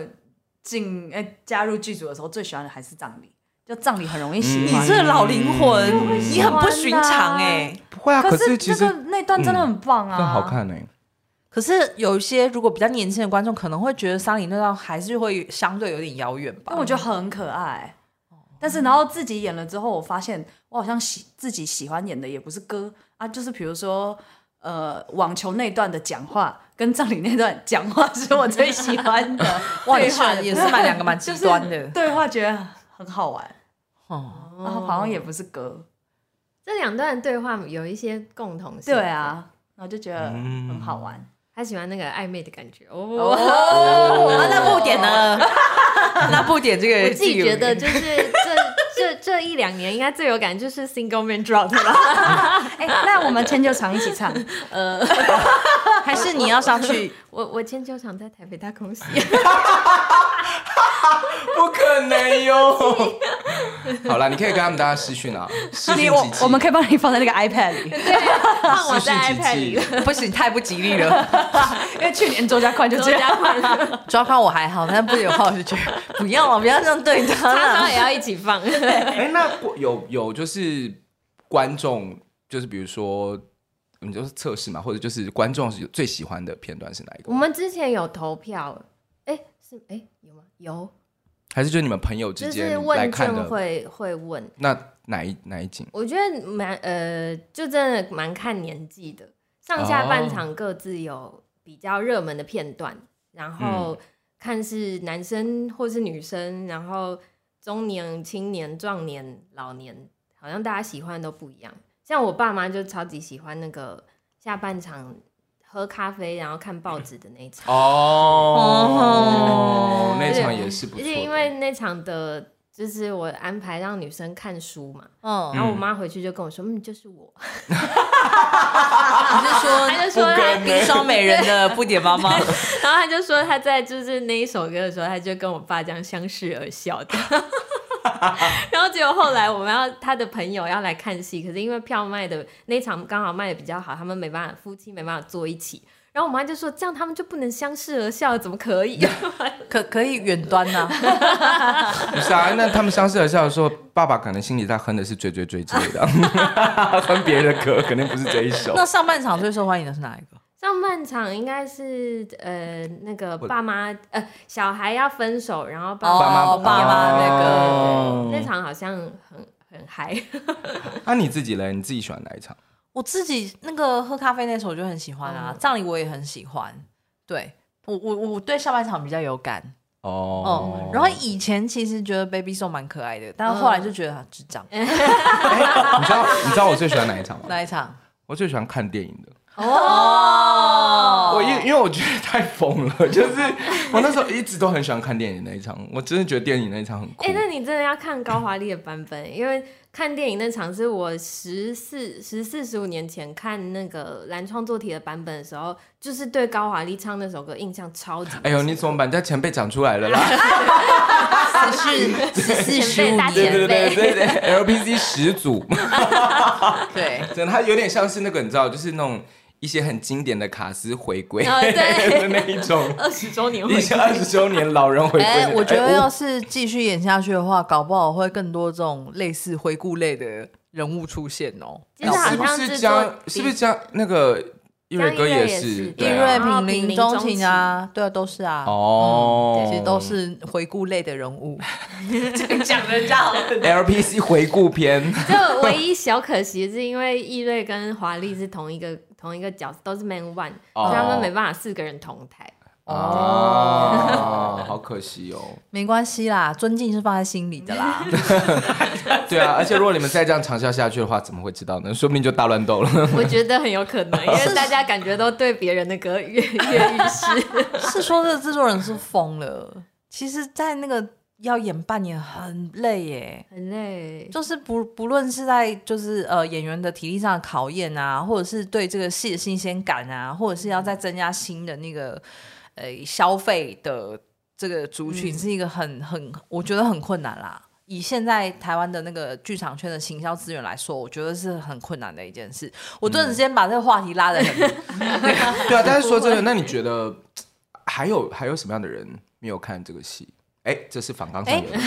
[SPEAKER 4] 进哎、加入剧组的时候，最喜欢的还是葬礼，就葬礼很容易喜
[SPEAKER 2] 嗯
[SPEAKER 1] 你
[SPEAKER 4] 欢。
[SPEAKER 1] 这个老灵魂，你很
[SPEAKER 4] 欢
[SPEAKER 1] 不寻常
[SPEAKER 4] 啊
[SPEAKER 1] 哎、
[SPEAKER 2] 不会啊，可
[SPEAKER 4] 是
[SPEAKER 2] 其
[SPEAKER 4] 这
[SPEAKER 2] 实
[SPEAKER 4] 个那段真的很棒啊，
[SPEAKER 2] 更好。看欸呢、
[SPEAKER 1] 可是有一些如果比较年轻的观众可能会觉得丧礼那段还是会相对有点遥远吧。
[SPEAKER 4] 但我觉得很可爱。
[SPEAKER 1] 哦
[SPEAKER 4] 但是然后自己演了之后，我发现我好像喜自己喜欢演的也不是歌啊，就是比如说呃网球那段的讲话跟葬礼那段讲话是我最喜欢的
[SPEAKER 1] 哇，
[SPEAKER 4] 对
[SPEAKER 1] 你
[SPEAKER 4] 话
[SPEAKER 1] 选也是蛮两个蛮极端的。
[SPEAKER 4] 对话，觉得很好玩，
[SPEAKER 1] 哦，
[SPEAKER 4] 然后好像也不是歌，
[SPEAKER 3] 这两段对话有一些共同性。
[SPEAKER 4] 对，啊，然后就觉得
[SPEAKER 2] 嗯
[SPEAKER 4] 很好玩。
[SPEAKER 3] 他喜欢那个暧昧的感觉哦。
[SPEAKER 4] 哦
[SPEAKER 1] 啊那不点呢？ 那不点这个
[SPEAKER 3] 我
[SPEAKER 1] 人
[SPEAKER 3] 自己觉得
[SPEAKER 1] 有
[SPEAKER 3] 就是 这这这一两年应该最有感就是 Single Man Drop 了，
[SPEAKER 4] 哎， 那我们千秋场一起唱，
[SPEAKER 1] 还是你要上去？
[SPEAKER 3] 我我千秋场在台北大 空袭，
[SPEAKER 2] 不可能哟！好啦，你可以跟他们大家私讯啊，私
[SPEAKER 4] 你
[SPEAKER 2] 讯
[SPEAKER 4] 我
[SPEAKER 2] 几集
[SPEAKER 4] 我们可以帮你放在那个 iPad 里，
[SPEAKER 3] 换我
[SPEAKER 2] 私
[SPEAKER 3] 在
[SPEAKER 2] 讯
[SPEAKER 3] iPad
[SPEAKER 2] 几
[SPEAKER 3] 里
[SPEAKER 2] 集
[SPEAKER 3] 了，
[SPEAKER 1] 不行，太不吉利了。
[SPEAKER 4] 因为去年周家宽就这
[SPEAKER 3] 周
[SPEAKER 4] 样，
[SPEAKER 3] 家宽
[SPEAKER 1] 抓狂我还好，但不点的话我就觉得不要了，不要这样对 他
[SPEAKER 3] 叉
[SPEAKER 1] 了
[SPEAKER 3] 烧。也要一起放。
[SPEAKER 2] 哎、那过有有就是观众，就是比如说，你就是测试嘛，或者就是观众是最喜欢的片段是哪一个
[SPEAKER 3] 我？们之前有投票，哎、是哎、有吗？有，
[SPEAKER 2] 还是就是你们朋友之
[SPEAKER 3] 就
[SPEAKER 2] 间
[SPEAKER 3] 是
[SPEAKER 2] 来
[SPEAKER 3] 问
[SPEAKER 2] 看
[SPEAKER 3] 卷
[SPEAKER 2] 的？
[SPEAKER 3] 会会问，
[SPEAKER 2] 那哪一哪一景？
[SPEAKER 3] 我觉得蛮呃，就真的蛮看年纪的，上下半
[SPEAKER 2] 哦
[SPEAKER 3] 场各自有比较热门的片段，然
[SPEAKER 2] 嗯
[SPEAKER 3] 后看是男生或是女生，然后中年、青年、壮年、老年，好像大家喜欢的都不一样。像我爸妈就超级喜欢那个下半场喝咖啡，然后看报纸的那一场。
[SPEAKER 2] 哦
[SPEAKER 1] 哦，
[SPEAKER 2] 那场也是不
[SPEAKER 3] 而
[SPEAKER 2] 错
[SPEAKER 3] 且
[SPEAKER 2] 的，
[SPEAKER 3] 因为那场的，就是我安排让女生看书嘛，
[SPEAKER 1] 嗯，
[SPEAKER 3] 然后我妈回去就跟我说，嗯，就是我，
[SPEAKER 1] 你是 说
[SPEAKER 3] 她就说她，
[SPEAKER 1] 《冰霜美人》的不点妈妈？
[SPEAKER 3] 然后她就说她在就是那一首歌的时候，她就跟我爸这样相视而笑的。 然后结果后来我们要她的朋友要来看戏，可是因为票卖的那一场刚好卖的比较好，他们没办法夫妻没办法坐一起。然后我妈就说：“这样他们就不能相视而笑，怎么可以？”
[SPEAKER 1] 可可以远端呐、
[SPEAKER 2] 不是啊？那他们相视而笑的时候，爸爸可能心里在哼的是追追追之类的，哼别人的歌，肯定不是这一首。
[SPEAKER 1] 那上半场最受欢迎的是哪一个？
[SPEAKER 3] 上半场应该是呃那个
[SPEAKER 2] 我
[SPEAKER 3] 爸妈呃小孩要分手，然后爸
[SPEAKER 1] 哦
[SPEAKER 3] 妈、
[SPEAKER 2] 妈
[SPEAKER 1] 爸妈那个
[SPEAKER 2] 哦
[SPEAKER 3] 那场好像很很嗨，
[SPEAKER 2] 那、你自己嘞？你自己喜欢哪一场？
[SPEAKER 1] 我自己那个喝咖啡那首我就很喜欢啊，葬礼我也很喜欢。对我我我对下半场比较有感
[SPEAKER 2] 哦
[SPEAKER 1] 哦、，然后以前其实觉得 Baby Song 蛮可爱的，但后来就觉得他智障。
[SPEAKER 2] 哎你知道你知道我最喜欢哪一场吗？
[SPEAKER 1] 哪一场？
[SPEAKER 2] 我最喜欢看电影的。
[SPEAKER 1] 哦
[SPEAKER 2] 我因因为我觉得太疯了，就是我那时候一直都很喜欢看电影那一场，我真的觉得电影那一场很酷。
[SPEAKER 3] 哎、那你真的要看高华丽的版本，因为看电影那场是我十四十四十五年前看那个蓝创作题的版本的时候，就是对高华丽唱那首歌印象超级深。
[SPEAKER 2] 哎呦，你怎么把人家前辈讲出来了啦？
[SPEAKER 1] 十四十四十
[SPEAKER 3] 前辈
[SPEAKER 1] 五
[SPEAKER 3] 大
[SPEAKER 2] 对
[SPEAKER 1] 年，
[SPEAKER 2] 对
[SPEAKER 3] 前辈
[SPEAKER 2] 对对对，LPC 始祖，
[SPEAKER 1] 对，
[SPEAKER 2] 真的，他有点像是那个你知道，就是那种一些很经典的卡斯回归
[SPEAKER 3] 啊对
[SPEAKER 2] 的那一种，
[SPEAKER 3] 二十 周年回
[SPEAKER 2] 一
[SPEAKER 3] 顾
[SPEAKER 2] 些二十周年老人回归
[SPEAKER 1] 哎、
[SPEAKER 2] 的。
[SPEAKER 1] 我觉得
[SPEAKER 2] 哎
[SPEAKER 1] 要是继续演下去的话，搞不好会更多这种类似回顾类的人物出现哦。
[SPEAKER 3] 其实好
[SPEAKER 2] 是不
[SPEAKER 3] 像
[SPEAKER 2] 是
[SPEAKER 3] 做
[SPEAKER 2] 江？是不是江那个一
[SPEAKER 3] 江
[SPEAKER 2] 瑞哥
[SPEAKER 3] 一瑞也
[SPEAKER 2] 是
[SPEAKER 3] 是？
[SPEAKER 1] 易
[SPEAKER 2] 对啊
[SPEAKER 1] 瑞、
[SPEAKER 3] 然后
[SPEAKER 1] 品
[SPEAKER 3] 品
[SPEAKER 1] 林、
[SPEAKER 3] 茗
[SPEAKER 1] 钟
[SPEAKER 3] 钟
[SPEAKER 1] 情啊，对啊，都是啊。
[SPEAKER 2] 哦，
[SPEAKER 1] 其实都是回顾类的人物，
[SPEAKER 4] 讲的这样。
[SPEAKER 2] LPC 回顾篇。
[SPEAKER 3] 就唯一小可惜是因为易瑞跟华丽是同一个同一个角色，都是 Man One，、
[SPEAKER 2] 哦
[SPEAKER 3] 所以他们没办法四个人同台。
[SPEAKER 2] 啊，好可惜哦。
[SPEAKER 1] 没关系啦，尊敬是放在心里的啦。
[SPEAKER 2] 对啊，而且如果你们再这样长效下去的话，怎么会知道呢？说不定就大乱斗了。
[SPEAKER 3] 我觉得很有可 能，因为大家感觉都对别人的歌跃跃欲试。
[SPEAKER 1] 是说这个制作人是疯了，其实，在那个要演扮演很累耶。
[SPEAKER 3] 很累，
[SPEAKER 1] 就是不不论是在就是呃演员的体力上的考验啊，或者是对这个戏的新鲜感啊，或者是
[SPEAKER 3] 嗯
[SPEAKER 1] 要再增加新的那个呃消费的这个族
[SPEAKER 3] 嗯
[SPEAKER 1] 群，是一个很很我觉得很困难啦。以现在台湾的那个剧场圈的行销资源来说，我觉得是很困难的一件事。我顿
[SPEAKER 3] 嗯
[SPEAKER 1] 时间把这个话题 拉得很
[SPEAKER 2] 对啊，但是说 真的，那你觉得还有还有什么样的人没有看这个戏？哎，这是反刚上的。
[SPEAKER 1] 哎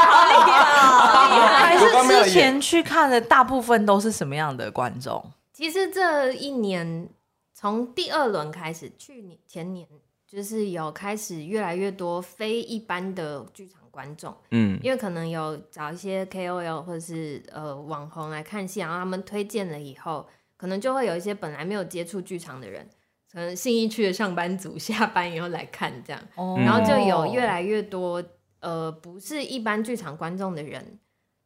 [SPEAKER 1] 还
[SPEAKER 2] 啊我刚没有
[SPEAKER 1] 是之
[SPEAKER 2] 演
[SPEAKER 1] 前去看的大部分都是什么样的观众？
[SPEAKER 3] 其实这一年从第二轮开始，去年前年就是有开始越来越多非一般的剧场观众，
[SPEAKER 2] 嗯
[SPEAKER 3] 因为可能有找一些 KOL 或者是呃网红来看戏，然后他们推荐了以后，可能就会有一些本来没有接触剧场的人，可能信义区的上班族 下班以后来看这样，哦
[SPEAKER 1] 嗯
[SPEAKER 2] 嗯
[SPEAKER 3] 然后就
[SPEAKER 1] 哦
[SPEAKER 3] 有越来越多呃不是一般剧场观众的人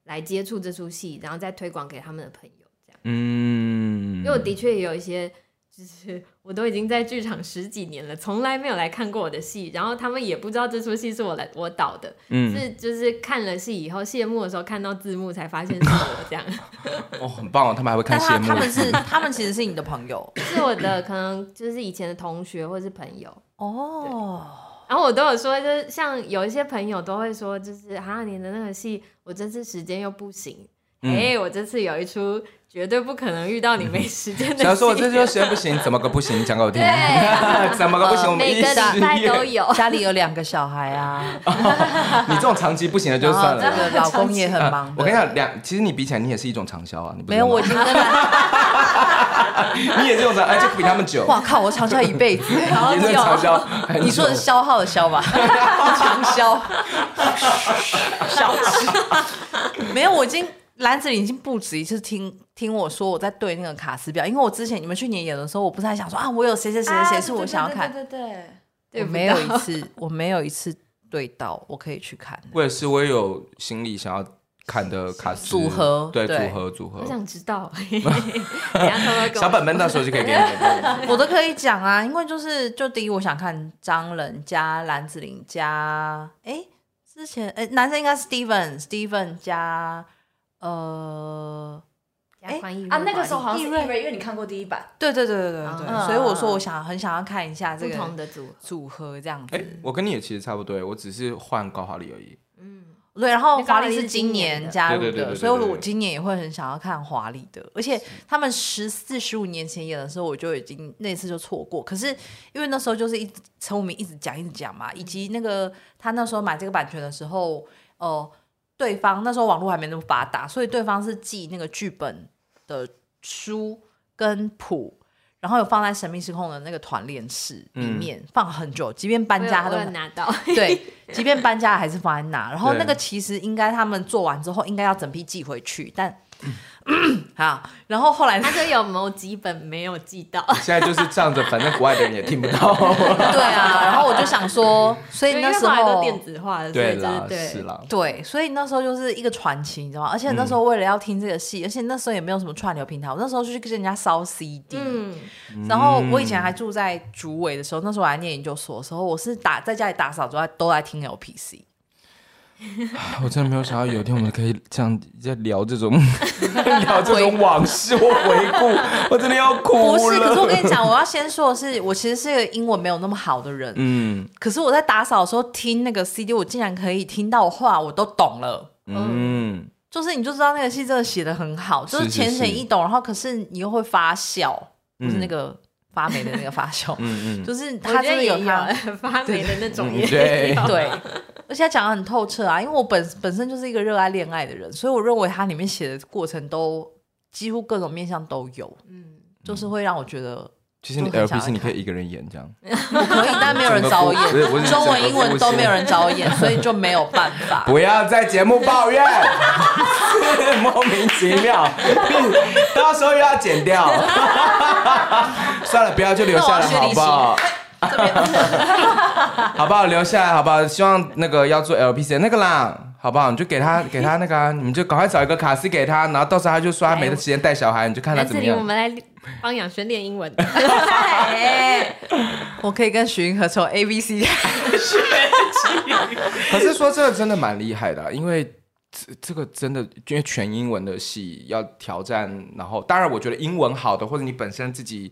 [SPEAKER 3] 来接触这出戏，然后再推广给他们的朋友这样。
[SPEAKER 2] 嗯
[SPEAKER 3] 因为我的确也有一些，就是我都已经在剧场十几年了，从来没有来看过我的戏，然后他们也不知道这出戏是我来我导的，
[SPEAKER 2] 嗯，
[SPEAKER 3] 是就是看了戏以后谢幕的时候看到字幕才发现是我这样，
[SPEAKER 2] 哦，很棒哦，他们还会看
[SPEAKER 1] 但
[SPEAKER 2] 谢
[SPEAKER 1] 他
[SPEAKER 2] 幕。
[SPEAKER 1] 他们 是他们其实是你的朋友
[SPEAKER 3] 是我的可能就是以前的同学或是朋友。
[SPEAKER 1] 哦，
[SPEAKER 3] 然后我都有说，就是像有一些朋友都会说，就是啊，你的那个戏，我这次时间又不行，哎、
[SPEAKER 2] 嗯
[SPEAKER 3] 我这次有一出绝对不可能遇到你没时间的戏。
[SPEAKER 2] 小说我这就时间 不行，怎么个不行？你讲给我听。 怎么个不行？
[SPEAKER 1] 哦
[SPEAKER 2] 我们
[SPEAKER 3] 每
[SPEAKER 2] 一
[SPEAKER 3] 个礼拜
[SPEAKER 2] 起
[SPEAKER 3] 都有，
[SPEAKER 1] 家里有两个小孩啊，
[SPEAKER 2] 你这种长期不行的 就
[SPEAKER 1] 然后
[SPEAKER 2] 算
[SPEAKER 1] 这
[SPEAKER 2] 了。
[SPEAKER 1] 个老公也很
[SPEAKER 2] 啊
[SPEAKER 1] 忙的。
[SPEAKER 2] 我跟你讲，两其实你比起来，你也是一种长销啊，你不
[SPEAKER 1] 没
[SPEAKER 2] 知道
[SPEAKER 1] 有，
[SPEAKER 2] 吗
[SPEAKER 1] 我已经跟他，
[SPEAKER 2] 你也是一种长，而且比他们久，
[SPEAKER 1] 哇靠，我长销一辈 子，好
[SPEAKER 2] 也是长
[SPEAKER 1] 久。
[SPEAKER 2] 销很久。
[SPEAKER 1] 你说的消耗的 消吧，长销， 小气。没有，我已经篮子里已经不止一次听听我说我在对那个卡斯表，因为我之前你们去年演的时候，我不是还想说啊，我有谁谁谁谁谁是我想要看，
[SPEAKER 4] 对对对对
[SPEAKER 1] 我
[SPEAKER 3] 对不
[SPEAKER 1] 没有
[SPEAKER 3] 到
[SPEAKER 1] 一次，我没有一次对到，我可以去看的。
[SPEAKER 2] 我也是，我也有心里想要看的卡斯
[SPEAKER 1] 组合
[SPEAKER 2] 对
[SPEAKER 1] 对组
[SPEAKER 2] 组合组合
[SPEAKER 3] 我。想知 道，等一下偷偷跟我
[SPEAKER 2] 小本本到时候就可以给你 们。
[SPEAKER 1] 我都可以讲啊，因为就是就第一，我想看张仁加蓝子玲加哎，之前哎男生应该是 Steven Steven 加呃，
[SPEAKER 3] 加宽裕
[SPEAKER 4] 啊，那个时候好像是
[SPEAKER 1] 易
[SPEAKER 4] 易
[SPEAKER 1] 瑞
[SPEAKER 4] 瑞，因为你看过第一版，
[SPEAKER 1] 对对对对对对，
[SPEAKER 3] 嗯
[SPEAKER 1] 所以我说我想很想要看一下这
[SPEAKER 3] 不同
[SPEAKER 1] 个
[SPEAKER 3] 的组合，
[SPEAKER 1] 组合这样子。
[SPEAKER 2] 哎、我跟你也其实差不多，我只是换高华丽而已。
[SPEAKER 3] 嗯，
[SPEAKER 1] 对，然后
[SPEAKER 3] 那刚
[SPEAKER 1] 华
[SPEAKER 3] 好
[SPEAKER 1] 丽
[SPEAKER 3] 也
[SPEAKER 1] 是
[SPEAKER 3] 是
[SPEAKER 1] 今
[SPEAKER 3] 今年
[SPEAKER 1] 年
[SPEAKER 3] 的
[SPEAKER 1] 加
[SPEAKER 2] 对
[SPEAKER 1] 入
[SPEAKER 2] 对对
[SPEAKER 1] 的，
[SPEAKER 2] 对
[SPEAKER 1] 所以
[SPEAKER 2] 对对
[SPEAKER 1] 我今年也会很想要看华丽的。而且他们十四、十五年前演的时候，我就已经那次就错过。可是因为那时候就是一直陈武明一直讲一直讲嘛，以及那个他那时候买这个版权的时候，呃，对方那时候网络还没那么发达，所以对方是寄那个剧本的书跟谱。然后有放在神秘失控的那个团练室里
[SPEAKER 2] 嗯
[SPEAKER 1] 面、放很久，即便搬
[SPEAKER 3] 我有
[SPEAKER 1] 家他
[SPEAKER 3] 我
[SPEAKER 1] 都
[SPEAKER 3] 有拿到，
[SPEAKER 1] 对，即便搬家了还是放在那。然后
[SPEAKER 2] 对
[SPEAKER 1] 那个其实应该他们做完之后，应该要整批寄回去，但 好，然后后来
[SPEAKER 3] 他说有某几本没有寄到，
[SPEAKER 2] 现在就是这样子，反正国外的人也听不 到。
[SPEAKER 1] 对啊，然后我就想 说，所以
[SPEAKER 3] 因
[SPEAKER 1] 那
[SPEAKER 3] 为
[SPEAKER 1] 时
[SPEAKER 3] 后来都
[SPEAKER 1] 候
[SPEAKER 3] 电子化了，所
[SPEAKER 2] 对
[SPEAKER 3] 以就是
[SPEAKER 2] 啦，
[SPEAKER 3] 对，
[SPEAKER 2] 是啦。
[SPEAKER 1] 对，所以那时候就是一个传奇，你知道
[SPEAKER 2] 嗯
[SPEAKER 1] 吗？而且那时候为了要听这个戏，而且那时候也没有什么串流平台，我那时候就去跟人家烧 CD，、
[SPEAKER 3] 嗯，
[SPEAKER 1] 然后我以前还住在竹围的时候，那时候我还念研究所的时候，我是打在家里打扫之外都在听 LPC。
[SPEAKER 2] 我真的没有想到有一天我们可以这样在聊这种 聊这种往事或回顾，我真的要哭
[SPEAKER 1] 不
[SPEAKER 2] 了。
[SPEAKER 1] 是，可是我跟你讲，我要先说的是，我其实是一个英文没有那么好的人，
[SPEAKER 2] 嗯
[SPEAKER 1] 可是我在打扫的时候听那个 CD，我竟然可以听到话，我都懂了。
[SPEAKER 2] 嗯，
[SPEAKER 1] 就是你就知道那个戏真的写的很好，就是是
[SPEAKER 2] 是
[SPEAKER 1] 浅
[SPEAKER 2] 是
[SPEAKER 1] 显易懂，然后可是你又会发笑，不是
[SPEAKER 2] 嗯
[SPEAKER 1] 那个发霉的那个发笑，
[SPEAKER 2] 嗯嗯
[SPEAKER 1] 就是
[SPEAKER 3] 我觉
[SPEAKER 1] 他真
[SPEAKER 3] 得
[SPEAKER 1] 的
[SPEAKER 3] 也
[SPEAKER 1] 有他
[SPEAKER 3] 有发霉的那种
[SPEAKER 2] 嗯
[SPEAKER 3] 也
[SPEAKER 2] 对
[SPEAKER 3] 有，
[SPEAKER 1] 对，而且他讲的很透彻啊，因为我本本身就是一个热爱恋爱的人，所以我认为它里面写的过程都几乎各种面向都有，
[SPEAKER 3] 嗯，
[SPEAKER 1] 就是会让我觉得
[SPEAKER 2] 其实你
[SPEAKER 1] 就很想
[SPEAKER 2] LP 是你可以
[SPEAKER 1] 看
[SPEAKER 2] 一个人演这样，
[SPEAKER 1] 我可以，但没有人找我
[SPEAKER 2] 整个故不是我
[SPEAKER 1] 演，
[SPEAKER 2] 是
[SPEAKER 1] 中文、
[SPEAKER 2] 整个
[SPEAKER 1] 英文都
[SPEAKER 2] 故事
[SPEAKER 1] 没有人找我 演，所以就没有办法。
[SPEAKER 2] 不要在节目抱怨， 莫名其妙， 到时候又要剪掉，算了，不要就留下来好不好？好不好？留下来好不好？希望那个要做 LPC 的那个啦，好不好？你就给他给他那个、啊，你们就赶快找一个卡斯给他，然后到时候他就说他没得时间带小孩，你就看他
[SPEAKER 3] 来
[SPEAKER 2] 怎
[SPEAKER 3] 这
[SPEAKER 2] 么
[SPEAKER 3] 里我
[SPEAKER 2] 样。
[SPEAKER 3] 们来帮养轩练英文。
[SPEAKER 1] 哎我可以跟许云合从 A B C
[SPEAKER 2] 可是说这个真的蛮厉害的啊、因为这这个真的因为全英文的戏要挑战，然后当然我觉得英文好的或者你本身自己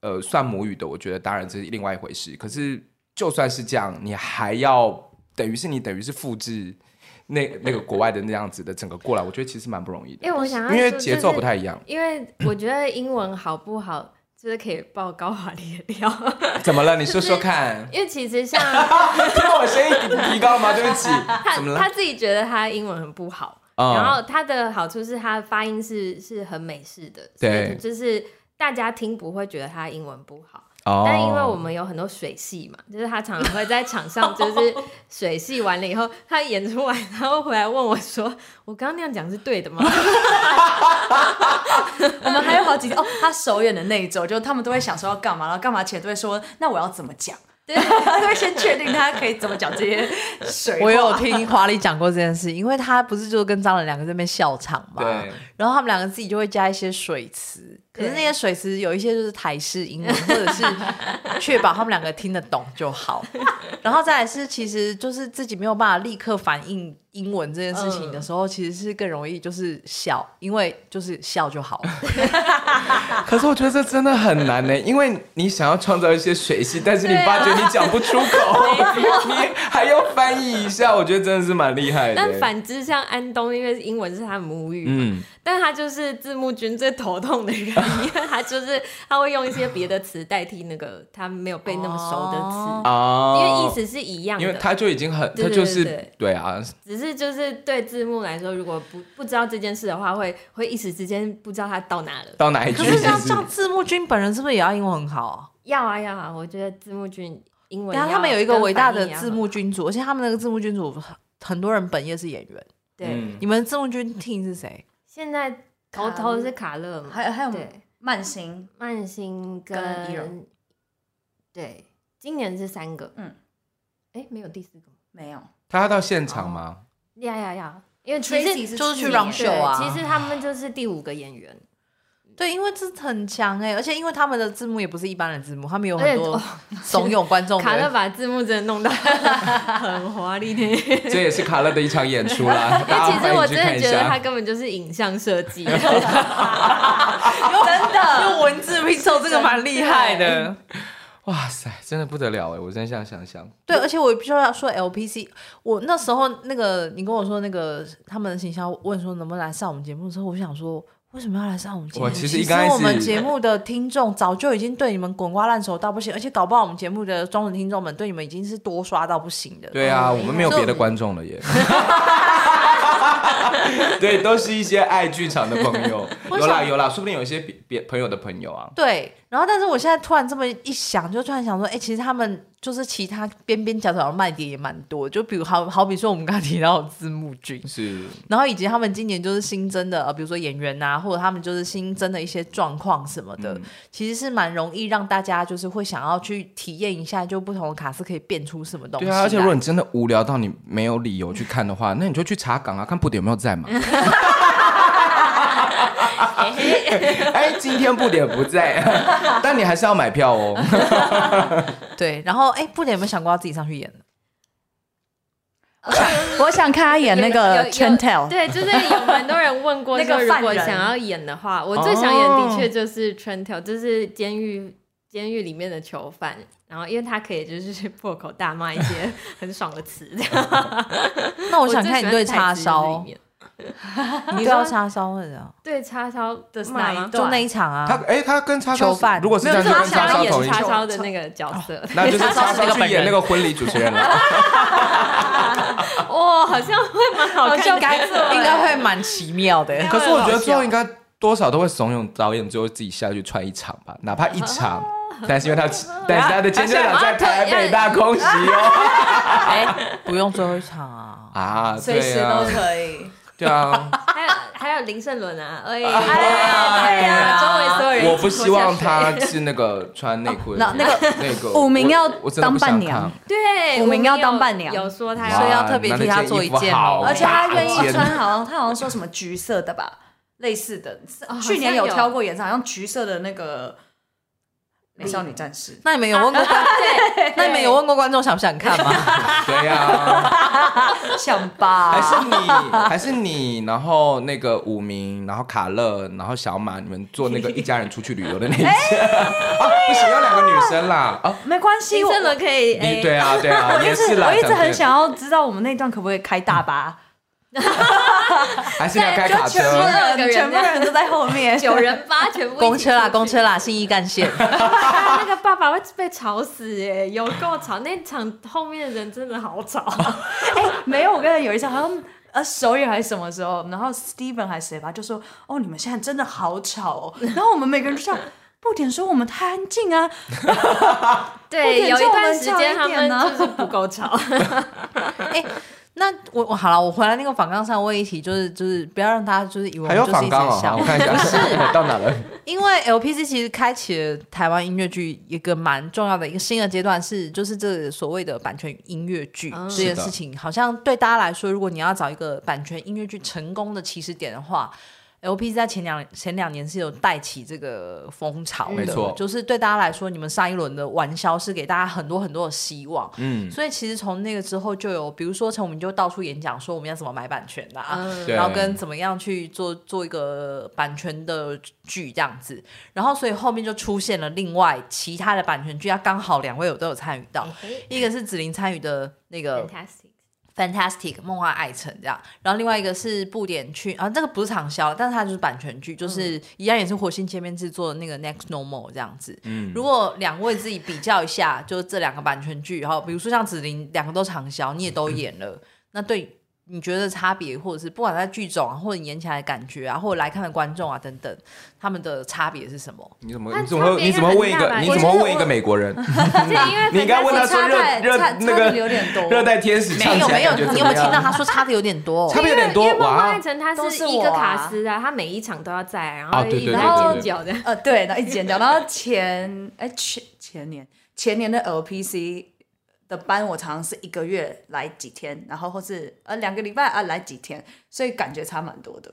[SPEAKER 2] 呃算母语的，我觉得当然这是另外一回事。可是就算是这样，你还要等于是你等于是复制那那个国外的那样子的整个过来，我觉得其实蛮不容易的，
[SPEAKER 3] 因为我想要，
[SPEAKER 2] 因为节奏不，太一样。
[SPEAKER 3] 因为我觉得英文好不好，就是可以爆高华丽的料。。
[SPEAKER 2] 怎么了？你说说看
[SPEAKER 3] 因为其实 像
[SPEAKER 2] 看我声音提高吗？对不起，
[SPEAKER 3] 他
[SPEAKER 2] 怎么了
[SPEAKER 3] 他？自己觉得他英文很不好，
[SPEAKER 2] 嗯
[SPEAKER 3] 然后他的好处是他发音是是很美式的，所以
[SPEAKER 2] 对
[SPEAKER 3] 就是大家听不会觉得他英文不好。
[SPEAKER 2] 哦
[SPEAKER 3] 但因为我们有很多水戏嘛，就是他常常会在 场上，就是水戏完了以后，他演出完，然后回来问我说：“我刚刚那样讲是对的吗
[SPEAKER 4] 我们还有好几天哦，他首演的那一周，就他们都会想说要干嘛，然后干嘛前都会说，那我要怎么讲？对，他会先确定他可 以怎么讲这些水话。
[SPEAKER 1] 我有听华丽讲过这件事，因为他不是就跟张兰两个在那边笑场嘛，
[SPEAKER 2] 对
[SPEAKER 1] 然后他们两个自己就会加一些水词，可是那些水词有一些就是台式英文，或者是确保他们两个听得懂就 好。然后再来是，其实就是自己没有办法立刻反应英文这件事情的时候，其实是更容易就是笑，因为就是笑就好了。
[SPEAKER 2] 可是我觉得这真的很难呢，因为你想要创造一些水戏，但是你发觉你讲不出口，你还要翻译一下，我觉得真的是蛮厉害？”的。
[SPEAKER 3] 但反之，像安东，因为英文是他母语嘛，
[SPEAKER 2] 嗯，
[SPEAKER 3] 但他就是字幕君最头痛的人，因为他就是他会用一些别的词代替那个他没有被那么熟的词。因为
[SPEAKER 2] 哦
[SPEAKER 3] 意，思是一样的，
[SPEAKER 2] 因为他就已经很，
[SPEAKER 3] 对
[SPEAKER 2] 他
[SPEAKER 3] 对
[SPEAKER 2] 就是
[SPEAKER 3] 对对
[SPEAKER 2] 对啊，
[SPEAKER 3] 只是就是对字幕来说，如果不不知道这件事的话，会会一时之间不知道他到哪了。
[SPEAKER 2] 到哪一句
[SPEAKER 1] 可是
[SPEAKER 2] 就
[SPEAKER 1] 像
[SPEAKER 2] 是
[SPEAKER 1] 像字幕君本人是不是也要英文很好啊？
[SPEAKER 3] 要啊要啊，我觉得字幕君英文
[SPEAKER 1] 然
[SPEAKER 3] 要，啊
[SPEAKER 1] 后他们有一个伟大的
[SPEAKER 3] 跟翻译要
[SPEAKER 1] 字幕君主，而且他们那个字幕君主很很多人本业是演员。
[SPEAKER 3] 对。
[SPEAKER 2] 嗯
[SPEAKER 1] 你们字幕君 team 是谁？
[SPEAKER 3] 现在头头是卡乐嘛，
[SPEAKER 4] 还有还有
[SPEAKER 3] 对
[SPEAKER 4] 慢星，
[SPEAKER 3] 曼星
[SPEAKER 4] 跟伊
[SPEAKER 3] 跟
[SPEAKER 4] 柔
[SPEAKER 3] 对，今年是三个，
[SPEAKER 4] 嗯，
[SPEAKER 3] 哎，没有第四个吗？
[SPEAKER 4] 没有
[SPEAKER 2] 他要到现场吗？
[SPEAKER 3] 要要要，因为其
[SPEAKER 4] Tracy
[SPEAKER 3] 实
[SPEAKER 4] 是
[SPEAKER 1] 就是去
[SPEAKER 4] 去年
[SPEAKER 1] run
[SPEAKER 4] 的
[SPEAKER 1] show 啊
[SPEAKER 3] 对其实他们就是第五个演员，
[SPEAKER 1] 对，因为这很强哎、而且因为他们的字幕也不是一般的字幕，他们有
[SPEAKER 3] 而
[SPEAKER 1] 很
[SPEAKER 3] 且
[SPEAKER 1] 多
[SPEAKER 3] 哦
[SPEAKER 1] 怂恿观众
[SPEAKER 3] 卡乐
[SPEAKER 1] 的。
[SPEAKER 3] 把字幕真的弄到 很华丽呢。
[SPEAKER 2] 这也是卡乐的一场演出 啦，
[SPEAKER 3] 因为
[SPEAKER 2] 大家
[SPEAKER 3] 哦其实
[SPEAKER 2] 欢
[SPEAKER 3] 我
[SPEAKER 2] 迎去
[SPEAKER 3] 真
[SPEAKER 2] 看
[SPEAKER 3] 的
[SPEAKER 2] 一
[SPEAKER 3] 觉得他
[SPEAKER 2] 下。
[SPEAKER 3] 根本就是影像设 计，
[SPEAKER 1] 真的用文字 pixel 这个蛮厉害的。
[SPEAKER 2] 哇塞，真的不得了哎，我真的想想想，
[SPEAKER 1] 对，而且我必须要说 LPC，我那时候那个你跟我说那个他们的形象问说能不能来上我们节目的时候，我想说为什么要来上我们节目？
[SPEAKER 2] 我其实
[SPEAKER 1] 其
[SPEAKER 2] 一刚开始
[SPEAKER 1] 我们节目的听众早就已经对你们滚瓜烂熟到不行，而且搞不好我们节目的忠实听众们对你们已经是多刷到不行的。哦
[SPEAKER 2] 对啊，
[SPEAKER 3] 嗯
[SPEAKER 2] 我们没有别的观众了 耶。对，都是一些爱剧场的朋友，
[SPEAKER 1] 我
[SPEAKER 2] 有啦
[SPEAKER 1] 想
[SPEAKER 2] 有啦，说不定有一些别别朋友的朋友啊。
[SPEAKER 1] 对，然后但是我现在突然这么一想，就突然想说，哎、其实他们就是其他边边角角的卖点也蛮多，就比如好好比说我们刚刚提到的字幕君，
[SPEAKER 2] 是，
[SPEAKER 1] 然后以及他们今年就是新增的，呃，比如说演员呐、或者他们就是新增的一些状况什么的，
[SPEAKER 2] 嗯
[SPEAKER 1] 其实是蛮容易让大家就是会想要去体验一下，就不同的卡司可以变出什么东西
[SPEAKER 2] 对
[SPEAKER 1] 来。
[SPEAKER 2] 啊，而且如果你真的无聊到你没有理由去看的话，那你就去查岗啊，看布点有没有在嘛。哎，今天布点不在， 但你还是要买票哦。
[SPEAKER 1] 嗯对，然后哎，布点有没有想过要自己上去演？
[SPEAKER 4] 我想看他演那
[SPEAKER 3] 有
[SPEAKER 4] 个
[SPEAKER 3] 有
[SPEAKER 4] Chantel，
[SPEAKER 3] 对，就是有蛮多人问过，
[SPEAKER 4] 那个
[SPEAKER 3] 说如果
[SPEAKER 4] 犯人
[SPEAKER 3] 想要演的话，我最想演的确就是春条，就是监狱监狱里面的囚犯，然后因为他可以就是破口大骂一些很爽的词，这样。
[SPEAKER 1] 那我
[SPEAKER 3] 我
[SPEAKER 1] 想
[SPEAKER 3] 最
[SPEAKER 1] 看
[SPEAKER 3] 喜
[SPEAKER 1] 你
[SPEAKER 3] 欢
[SPEAKER 1] 对
[SPEAKER 3] 台
[SPEAKER 1] 叉
[SPEAKER 3] 词
[SPEAKER 1] 烧
[SPEAKER 3] 里，面
[SPEAKER 1] 你
[SPEAKER 3] 你
[SPEAKER 1] 对
[SPEAKER 3] 说
[SPEAKER 1] 叉烧会怎样？
[SPEAKER 3] 对叉烧的
[SPEAKER 4] 是
[SPEAKER 3] 骂
[SPEAKER 4] 哪一
[SPEAKER 3] 吗？
[SPEAKER 4] 段
[SPEAKER 1] 就那一场啊，
[SPEAKER 2] 他哎，他跟叉烧
[SPEAKER 1] 囚犯
[SPEAKER 2] 如果是这样，
[SPEAKER 4] 没
[SPEAKER 2] 就
[SPEAKER 4] 有
[SPEAKER 2] 跟
[SPEAKER 4] 他
[SPEAKER 2] 叉
[SPEAKER 3] 想
[SPEAKER 4] 想
[SPEAKER 2] 烧
[SPEAKER 3] 要
[SPEAKER 4] 要
[SPEAKER 2] 同
[SPEAKER 3] 演
[SPEAKER 2] 一
[SPEAKER 3] 叉
[SPEAKER 2] 场，
[SPEAKER 3] 烧的那个角色，
[SPEAKER 2] 那就是
[SPEAKER 1] 叉烧
[SPEAKER 2] 叉
[SPEAKER 1] 是那个
[SPEAKER 2] 烧
[SPEAKER 1] 本
[SPEAKER 2] 去
[SPEAKER 1] 人
[SPEAKER 2] 演那个婚礼主持人了。
[SPEAKER 3] 哇，好像会蛮好看的，
[SPEAKER 1] 应该应该会蛮奇妙的。
[SPEAKER 2] 可是我觉得最后应该多少都会怂恿导演最后自己下去串一场吧，哪怕一 场。但是因为他，但是他的监制长在台北大空袭 哦。
[SPEAKER 1] 哎、不用最后一场啊。
[SPEAKER 2] 啊，
[SPEAKER 4] 随时
[SPEAKER 2] 对
[SPEAKER 4] 都
[SPEAKER 2] 啊，
[SPEAKER 4] 可以。
[SPEAKER 2] 对啊，
[SPEAKER 3] 还有还有林盛伦啊，哎，
[SPEAKER 1] 对
[SPEAKER 3] 对
[SPEAKER 1] 呀
[SPEAKER 3] 呀，周围所有人
[SPEAKER 2] 我不
[SPEAKER 3] 一起
[SPEAKER 2] 希
[SPEAKER 3] 拖下
[SPEAKER 2] 望他
[SPEAKER 3] 水
[SPEAKER 2] 是那个穿内裤的
[SPEAKER 4] 那
[SPEAKER 2] 人，
[SPEAKER 4] 那个
[SPEAKER 2] 那个
[SPEAKER 4] 武明要
[SPEAKER 2] 我我真的不
[SPEAKER 4] 当伴
[SPEAKER 2] 想
[SPEAKER 4] 娘
[SPEAKER 2] 看
[SPEAKER 3] 对
[SPEAKER 4] 我们要当
[SPEAKER 3] 有
[SPEAKER 4] 伴娘
[SPEAKER 3] 有说他
[SPEAKER 2] 哇
[SPEAKER 1] 所以
[SPEAKER 3] 要
[SPEAKER 1] 要特别替他做一件哦
[SPEAKER 2] 那
[SPEAKER 4] 而且他愿意
[SPEAKER 2] 那件衣服好大
[SPEAKER 4] 穿，好像他好像说什么橘色的吧，类似的。是
[SPEAKER 3] 哦好像
[SPEAKER 4] 去年有
[SPEAKER 3] 有
[SPEAKER 4] 挑过颜色，好像橘色的那个美少女战士。
[SPEAKER 1] 那你们有问过观？那你们有问过观众想不想看吗？
[SPEAKER 2] 件对 呀，
[SPEAKER 3] 嗯
[SPEAKER 4] 想吧，
[SPEAKER 2] 还是你，还是你，然后那个武明，然后卡乐，然后小马，你们做那个一家人出去旅游的 那一件
[SPEAKER 4] 哎
[SPEAKER 2] 啊，不行，要两个女生啦啊，
[SPEAKER 4] 没关系，
[SPEAKER 3] 行
[SPEAKER 4] 我
[SPEAKER 3] 政的可以
[SPEAKER 2] 你
[SPEAKER 3] 哎，
[SPEAKER 2] 对啊，对啊，也是啦，
[SPEAKER 4] 我一直
[SPEAKER 2] 讲对
[SPEAKER 4] 很，想要知道我们那段可不可以开大巴，
[SPEAKER 2] 还是你要开卡
[SPEAKER 4] 全
[SPEAKER 2] 车，
[SPEAKER 4] 部
[SPEAKER 3] 十二个
[SPEAKER 4] 人
[SPEAKER 3] 人
[SPEAKER 4] 全部人都在后 面，
[SPEAKER 3] 九人八全部一起
[SPEAKER 1] 公车啦，
[SPEAKER 3] 出去
[SPEAKER 1] 公车啦，信义干线。
[SPEAKER 3] 他 那个爸爸会被吵死哎，有够吵！那场后面的人真的好吵，
[SPEAKER 4] 没有，我跟才有一次好像呃首演还是什么时候，然后 Steven 还是谁吧，就说哦你们现在真的好吵哦，然后我们每个人就这样。不点说我们太安静啊，
[SPEAKER 3] 对，有一
[SPEAKER 4] 就
[SPEAKER 3] 啊
[SPEAKER 4] 我
[SPEAKER 3] 段
[SPEAKER 4] 们
[SPEAKER 3] 时
[SPEAKER 4] 吵
[SPEAKER 3] 间
[SPEAKER 4] 一
[SPEAKER 3] 他们
[SPEAKER 4] 点啊呢
[SPEAKER 3] 就是不够吵，
[SPEAKER 1] 哎、那我我好了，我回来那个访纲上问一题，就是就是不要让大家就是以为我
[SPEAKER 2] 还
[SPEAKER 1] 们
[SPEAKER 2] 有
[SPEAKER 1] 就是
[SPEAKER 2] 仿
[SPEAKER 1] 一直在
[SPEAKER 2] 纲哦，
[SPEAKER 1] 笑
[SPEAKER 2] 我，看 一下到哪了。
[SPEAKER 1] 因为 LPC 其实开启了台湾音乐剧一个蛮重要的一个新的阶段是，就是这所谓的版权音乐剧、
[SPEAKER 3] 嗯
[SPEAKER 1] 这件
[SPEAKER 2] 是的
[SPEAKER 1] 事情，好像对大家来说，如果你要找一个版权音乐剧成功的起始点的话。LPC 在前两前两年是有带起这个风潮的，
[SPEAKER 2] 没错
[SPEAKER 1] 就是对大家来说，你们上一轮的玩销是给大家很多很多的希望，
[SPEAKER 2] 嗯，
[SPEAKER 1] 所以其实从那个之后就有，比如说陈，我们就到处演讲说我们要怎么买版权的啊，
[SPEAKER 3] 嗯
[SPEAKER 2] 对
[SPEAKER 1] 然后跟怎么样去做做一个版权的剧这样子，然后所以后面就出现了另外其他的版权剧，啊，刚好两位有都有参与到，一个是紫菱参与的那个
[SPEAKER 3] Fantastic，
[SPEAKER 1] Fantastic 梦幻爱城这样，然后另外一个是布点去啊，这个不是畅销，但是它就是版权剧，就是一样也是火星切面制作的那个 Next Normal 这样子。嗯，如果两位自己比较一下，就是这两个版权剧，然后比如说像紫菱两个都畅销，你也都演了，那对你觉得差别，或者是不管在剧种啊，或者你演起来的感觉啊，或者来看的观众啊等等，他们的差别是什么？
[SPEAKER 2] 你怎么
[SPEAKER 3] 那
[SPEAKER 2] 你怎么
[SPEAKER 3] 差
[SPEAKER 2] 会
[SPEAKER 3] 别
[SPEAKER 2] 你怎么
[SPEAKER 3] 应该很
[SPEAKER 2] 问一
[SPEAKER 3] 大
[SPEAKER 2] 个
[SPEAKER 3] 吧
[SPEAKER 2] 你
[SPEAKER 3] 我
[SPEAKER 2] 怎
[SPEAKER 3] 觉
[SPEAKER 2] 么
[SPEAKER 3] 得
[SPEAKER 2] 问一
[SPEAKER 3] 我
[SPEAKER 2] 个美国人？
[SPEAKER 3] 对，因为
[SPEAKER 2] 你应该问他说
[SPEAKER 4] 差
[SPEAKER 2] 热
[SPEAKER 1] 哎
[SPEAKER 4] 太
[SPEAKER 2] 热
[SPEAKER 4] 差
[SPEAKER 2] 那
[SPEAKER 4] 差别有
[SPEAKER 2] 个
[SPEAKER 4] 点多，
[SPEAKER 2] 热带天使唱
[SPEAKER 1] 没有
[SPEAKER 2] 起来
[SPEAKER 1] 没有，
[SPEAKER 2] 感觉怎
[SPEAKER 1] 你有
[SPEAKER 2] 么
[SPEAKER 1] 没有听到
[SPEAKER 2] 样？
[SPEAKER 1] 他说 差的有点多？
[SPEAKER 2] 差别有点
[SPEAKER 3] 因为
[SPEAKER 2] 多
[SPEAKER 3] 梦幻
[SPEAKER 2] 哇
[SPEAKER 3] 爱！城它
[SPEAKER 4] 都
[SPEAKER 3] 是
[SPEAKER 4] 是
[SPEAKER 3] 一个
[SPEAKER 4] 我啊
[SPEAKER 3] 卡司啊，它每一场都要在，然
[SPEAKER 2] 啊
[SPEAKER 3] 后
[SPEAKER 2] 对
[SPEAKER 3] 一直
[SPEAKER 2] 对
[SPEAKER 3] 在
[SPEAKER 4] 对
[SPEAKER 3] 尖
[SPEAKER 2] 对
[SPEAKER 3] 叫的。
[SPEAKER 4] 呃，对，然后一直剪掉，然后前哎前前年前年的 LPC 的班，我常常是一个月来几天，然后或是呃两个礼拜啊来几天，所以感觉差蛮多的。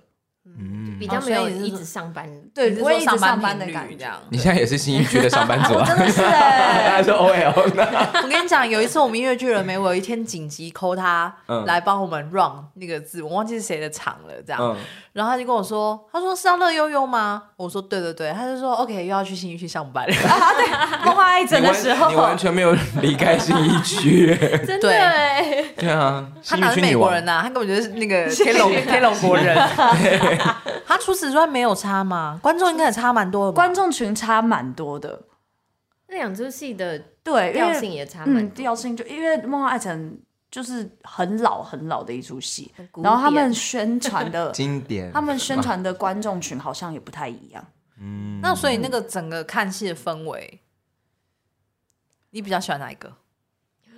[SPEAKER 2] 嗯
[SPEAKER 3] 比较
[SPEAKER 4] 哦
[SPEAKER 3] 没有
[SPEAKER 1] 所以你
[SPEAKER 3] 一
[SPEAKER 1] 是
[SPEAKER 3] 直上班。
[SPEAKER 4] 对，
[SPEAKER 1] 你是
[SPEAKER 4] 不
[SPEAKER 1] 说
[SPEAKER 4] 会一直上班
[SPEAKER 1] 班
[SPEAKER 4] 的
[SPEAKER 1] 频
[SPEAKER 4] 感
[SPEAKER 1] 率这
[SPEAKER 4] 觉。
[SPEAKER 1] 样。
[SPEAKER 2] 你现在也是新一区的上班族啊？
[SPEAKER 4] 真的是哎、
[SPEAKER 2] 他说哦 OL 呢？
[SPEAKER 1] 我跟你讲，有一次我们音乐剧人没，我有一天紧急 call 他
[SPEAKER 2] 嗯
[SPEAKER 1] 来帮我们 run 那个字，我忘记是谁的场了，这样。
[SPEAKER 2] 嗯，
[SPEAKER 1] 然后他就跟我说，他说是要乐悠悠吗？我说对对对，他就说 OK，又要去新一区上班了。
[SPEAKER 4] 梦幻爱
[SPEAKER 2] 你
[SPEAKER 4] 整的时
[SPEAKER 2] 完你
[SPEAKER 4] 候
[SPEAKER 2] 完，全没有离开新一区，
[SPEAKER 3] 真
[SPEAKER 1] 对
[SPEAKER 3] 的
[SPEAKER 4] 欸
[SPEAKER 3] 哎，
[SPEAKER 2] 对啊，
[SPEAKER 1] 他
[SPEAKER 2] 新
[SPEAKER 1] 哪是
[SPEAKER 2] 一区
[SPEAKER 1] 美
[SPEAKER 2] 女
[SPEAKER 1] 国
[SPEAKER 2] 王
[SPEAKER 1] 人。呐、啊他根本就是那 个天龙天龙国 人。他除此之外没有差吗？观众应该也差蛮多的吧。
[SPEAKER 4] 观众群差蛮多的。
[SPEAKER 3] 那两出戏的
[SPEAKER 4] 对，因
[SPEAKER 3] 调
[SPEAKER 4] 为
[SPEAKER 3] 性也差蛮
[SPEAKER 4] 嗯，
[SPEAKER 3] 多。
[SPEAKER 4] 调性就因为《梦幻爱城》就是很老很老的一出戏
[SPEAKER 3] 很，古
[SPEAKER 4] 然后他们嗯
[SPEAKER 3] 典
[SPEAKER 4] 宣传的
[SPEAKER 2] 经典，
[SPEAKER 4] 他们宣传的观众群好像也不太一样。
[SPEAKER 2] 嗯
[SPEAKER 1] 那所以那个整个看戏的氛围，你比较喜欢哪一个？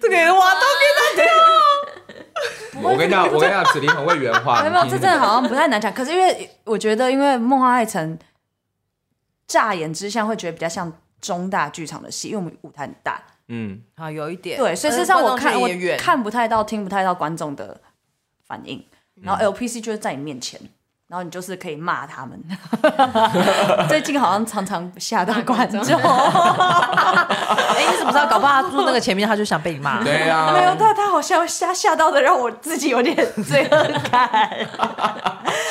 [SPEAKER 1] 这个也挖到
[SPEAKER 2] 我跟你讲，我跟你讲，子琳很会圆滑。
[SPEAKER 4] 啊没有，没有，
[SPEAKER 2] 你
[SPEAKER 4] 这
[SPEAKER 2] 听
[SPEAKER 4] 真的好像不太难讲。可是因为我觉得，因为《梦幻爱城》，乍眼之下会觉得比较像中大剧场的戏，因为我们舞台很大，
[SPEAKER 2] 嗯，
[SPEAKER 1] 啊，有一点
[SPEAKER 4] 对，所以事实上我看
[SPEAKER 1] 我
[SPEAKER 4] 我
[SPEAKER 1] 远
[SPEAKER 4] 看不太到、听不太到观众的反应。然后 LPC 就是在你面前，然后你就是可以骂他们。 最近好像常常吓到观众，
[SPEAKER 1] 哎、你怎么知道？搞不好他坐那个前面，他就想被你骂。
[SPEAKER 2] 对啊，
[SPEAKER 4] 没有，他他好像吓吓到的，让我自己有点罪恶感。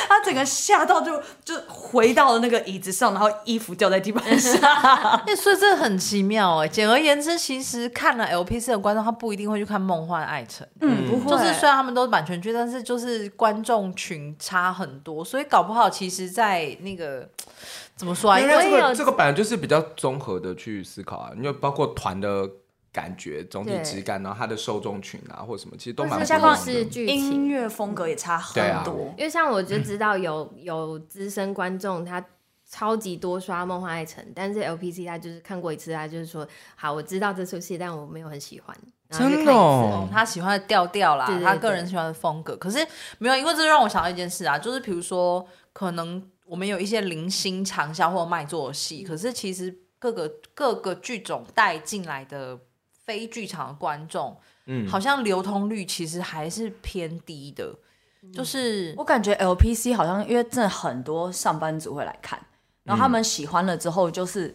[SPEAKER 4] 他整个吓到就就回到了那个椅子上，然后衣服掉在地板 上。
[SPEAKER 1] 哎、所以这很奇妙哎、简而言之，其实看了 LPC 的观众，他不一定会去看《梦幻爱城》
[SPEAKER 4] 嗯，不会，
[SPEAKER 1] 就是虽然他们都是版权剧，但是就是观众群差很多，所以搞不好其实，在那个怎么说啊？因
[SPEAKER 2] 因为这
[SPEAKER 1] 为
[SPEAKER 3] 也有
[SPEAKER 2] 个这个本来就是比较综合的去思考啊，因为包括团的感觉、总体
[SPEAKER 3] 对
[SPEAKER 2] 质感，然后它的受众群啊，或者什么，其实都
[SPEAKER 3] 或
[SPEAKER 2] 蛮
[SPEAKER 3] 是
[SPEAKER 2] 不一
[SPEAKER 3] 故
[SPEAKER 2] 样
[SPEAKER 3] 事
[SPEAKER 2] 的。
[SPEAKER 3] 剧情
[SPEAKER 4] 音，乐风格也差很
[SPEAKER 2] 对啊
[SPEAKER 4] 多。
[SPEAKER 3] 因为像我就知道有有资深观众他。超级多刷《梦幻爱城》，但是 LPC 他就是看过一次，他就是说好，我知道这出戏，但我没有很喜欢。然后就
[SPEAKER 2] 真的
[SPEAKER 3] 看一次嗯
[SPEAKER 2] 哦
[SPEAKER 1] 他喜欢的调调啦，
[SPEAKER 3] 对对对
[SPEAKER 1] 他个人喜欢的风格。可是没有，因为这让我想到一件事啊，就是比如说，可能我们有一些零星长销或卖座的戏，可是其实各个各个剧种带进来的非剧场的观众，
[SPEAKER 2] 嗯
[SPEAKER 1] 好像流通率其实还是偏低的，就是
[SPEAKER 4] 我感觉 LPC 好像因为真的很多上班族会来看，然后他们喜欢了之后就是。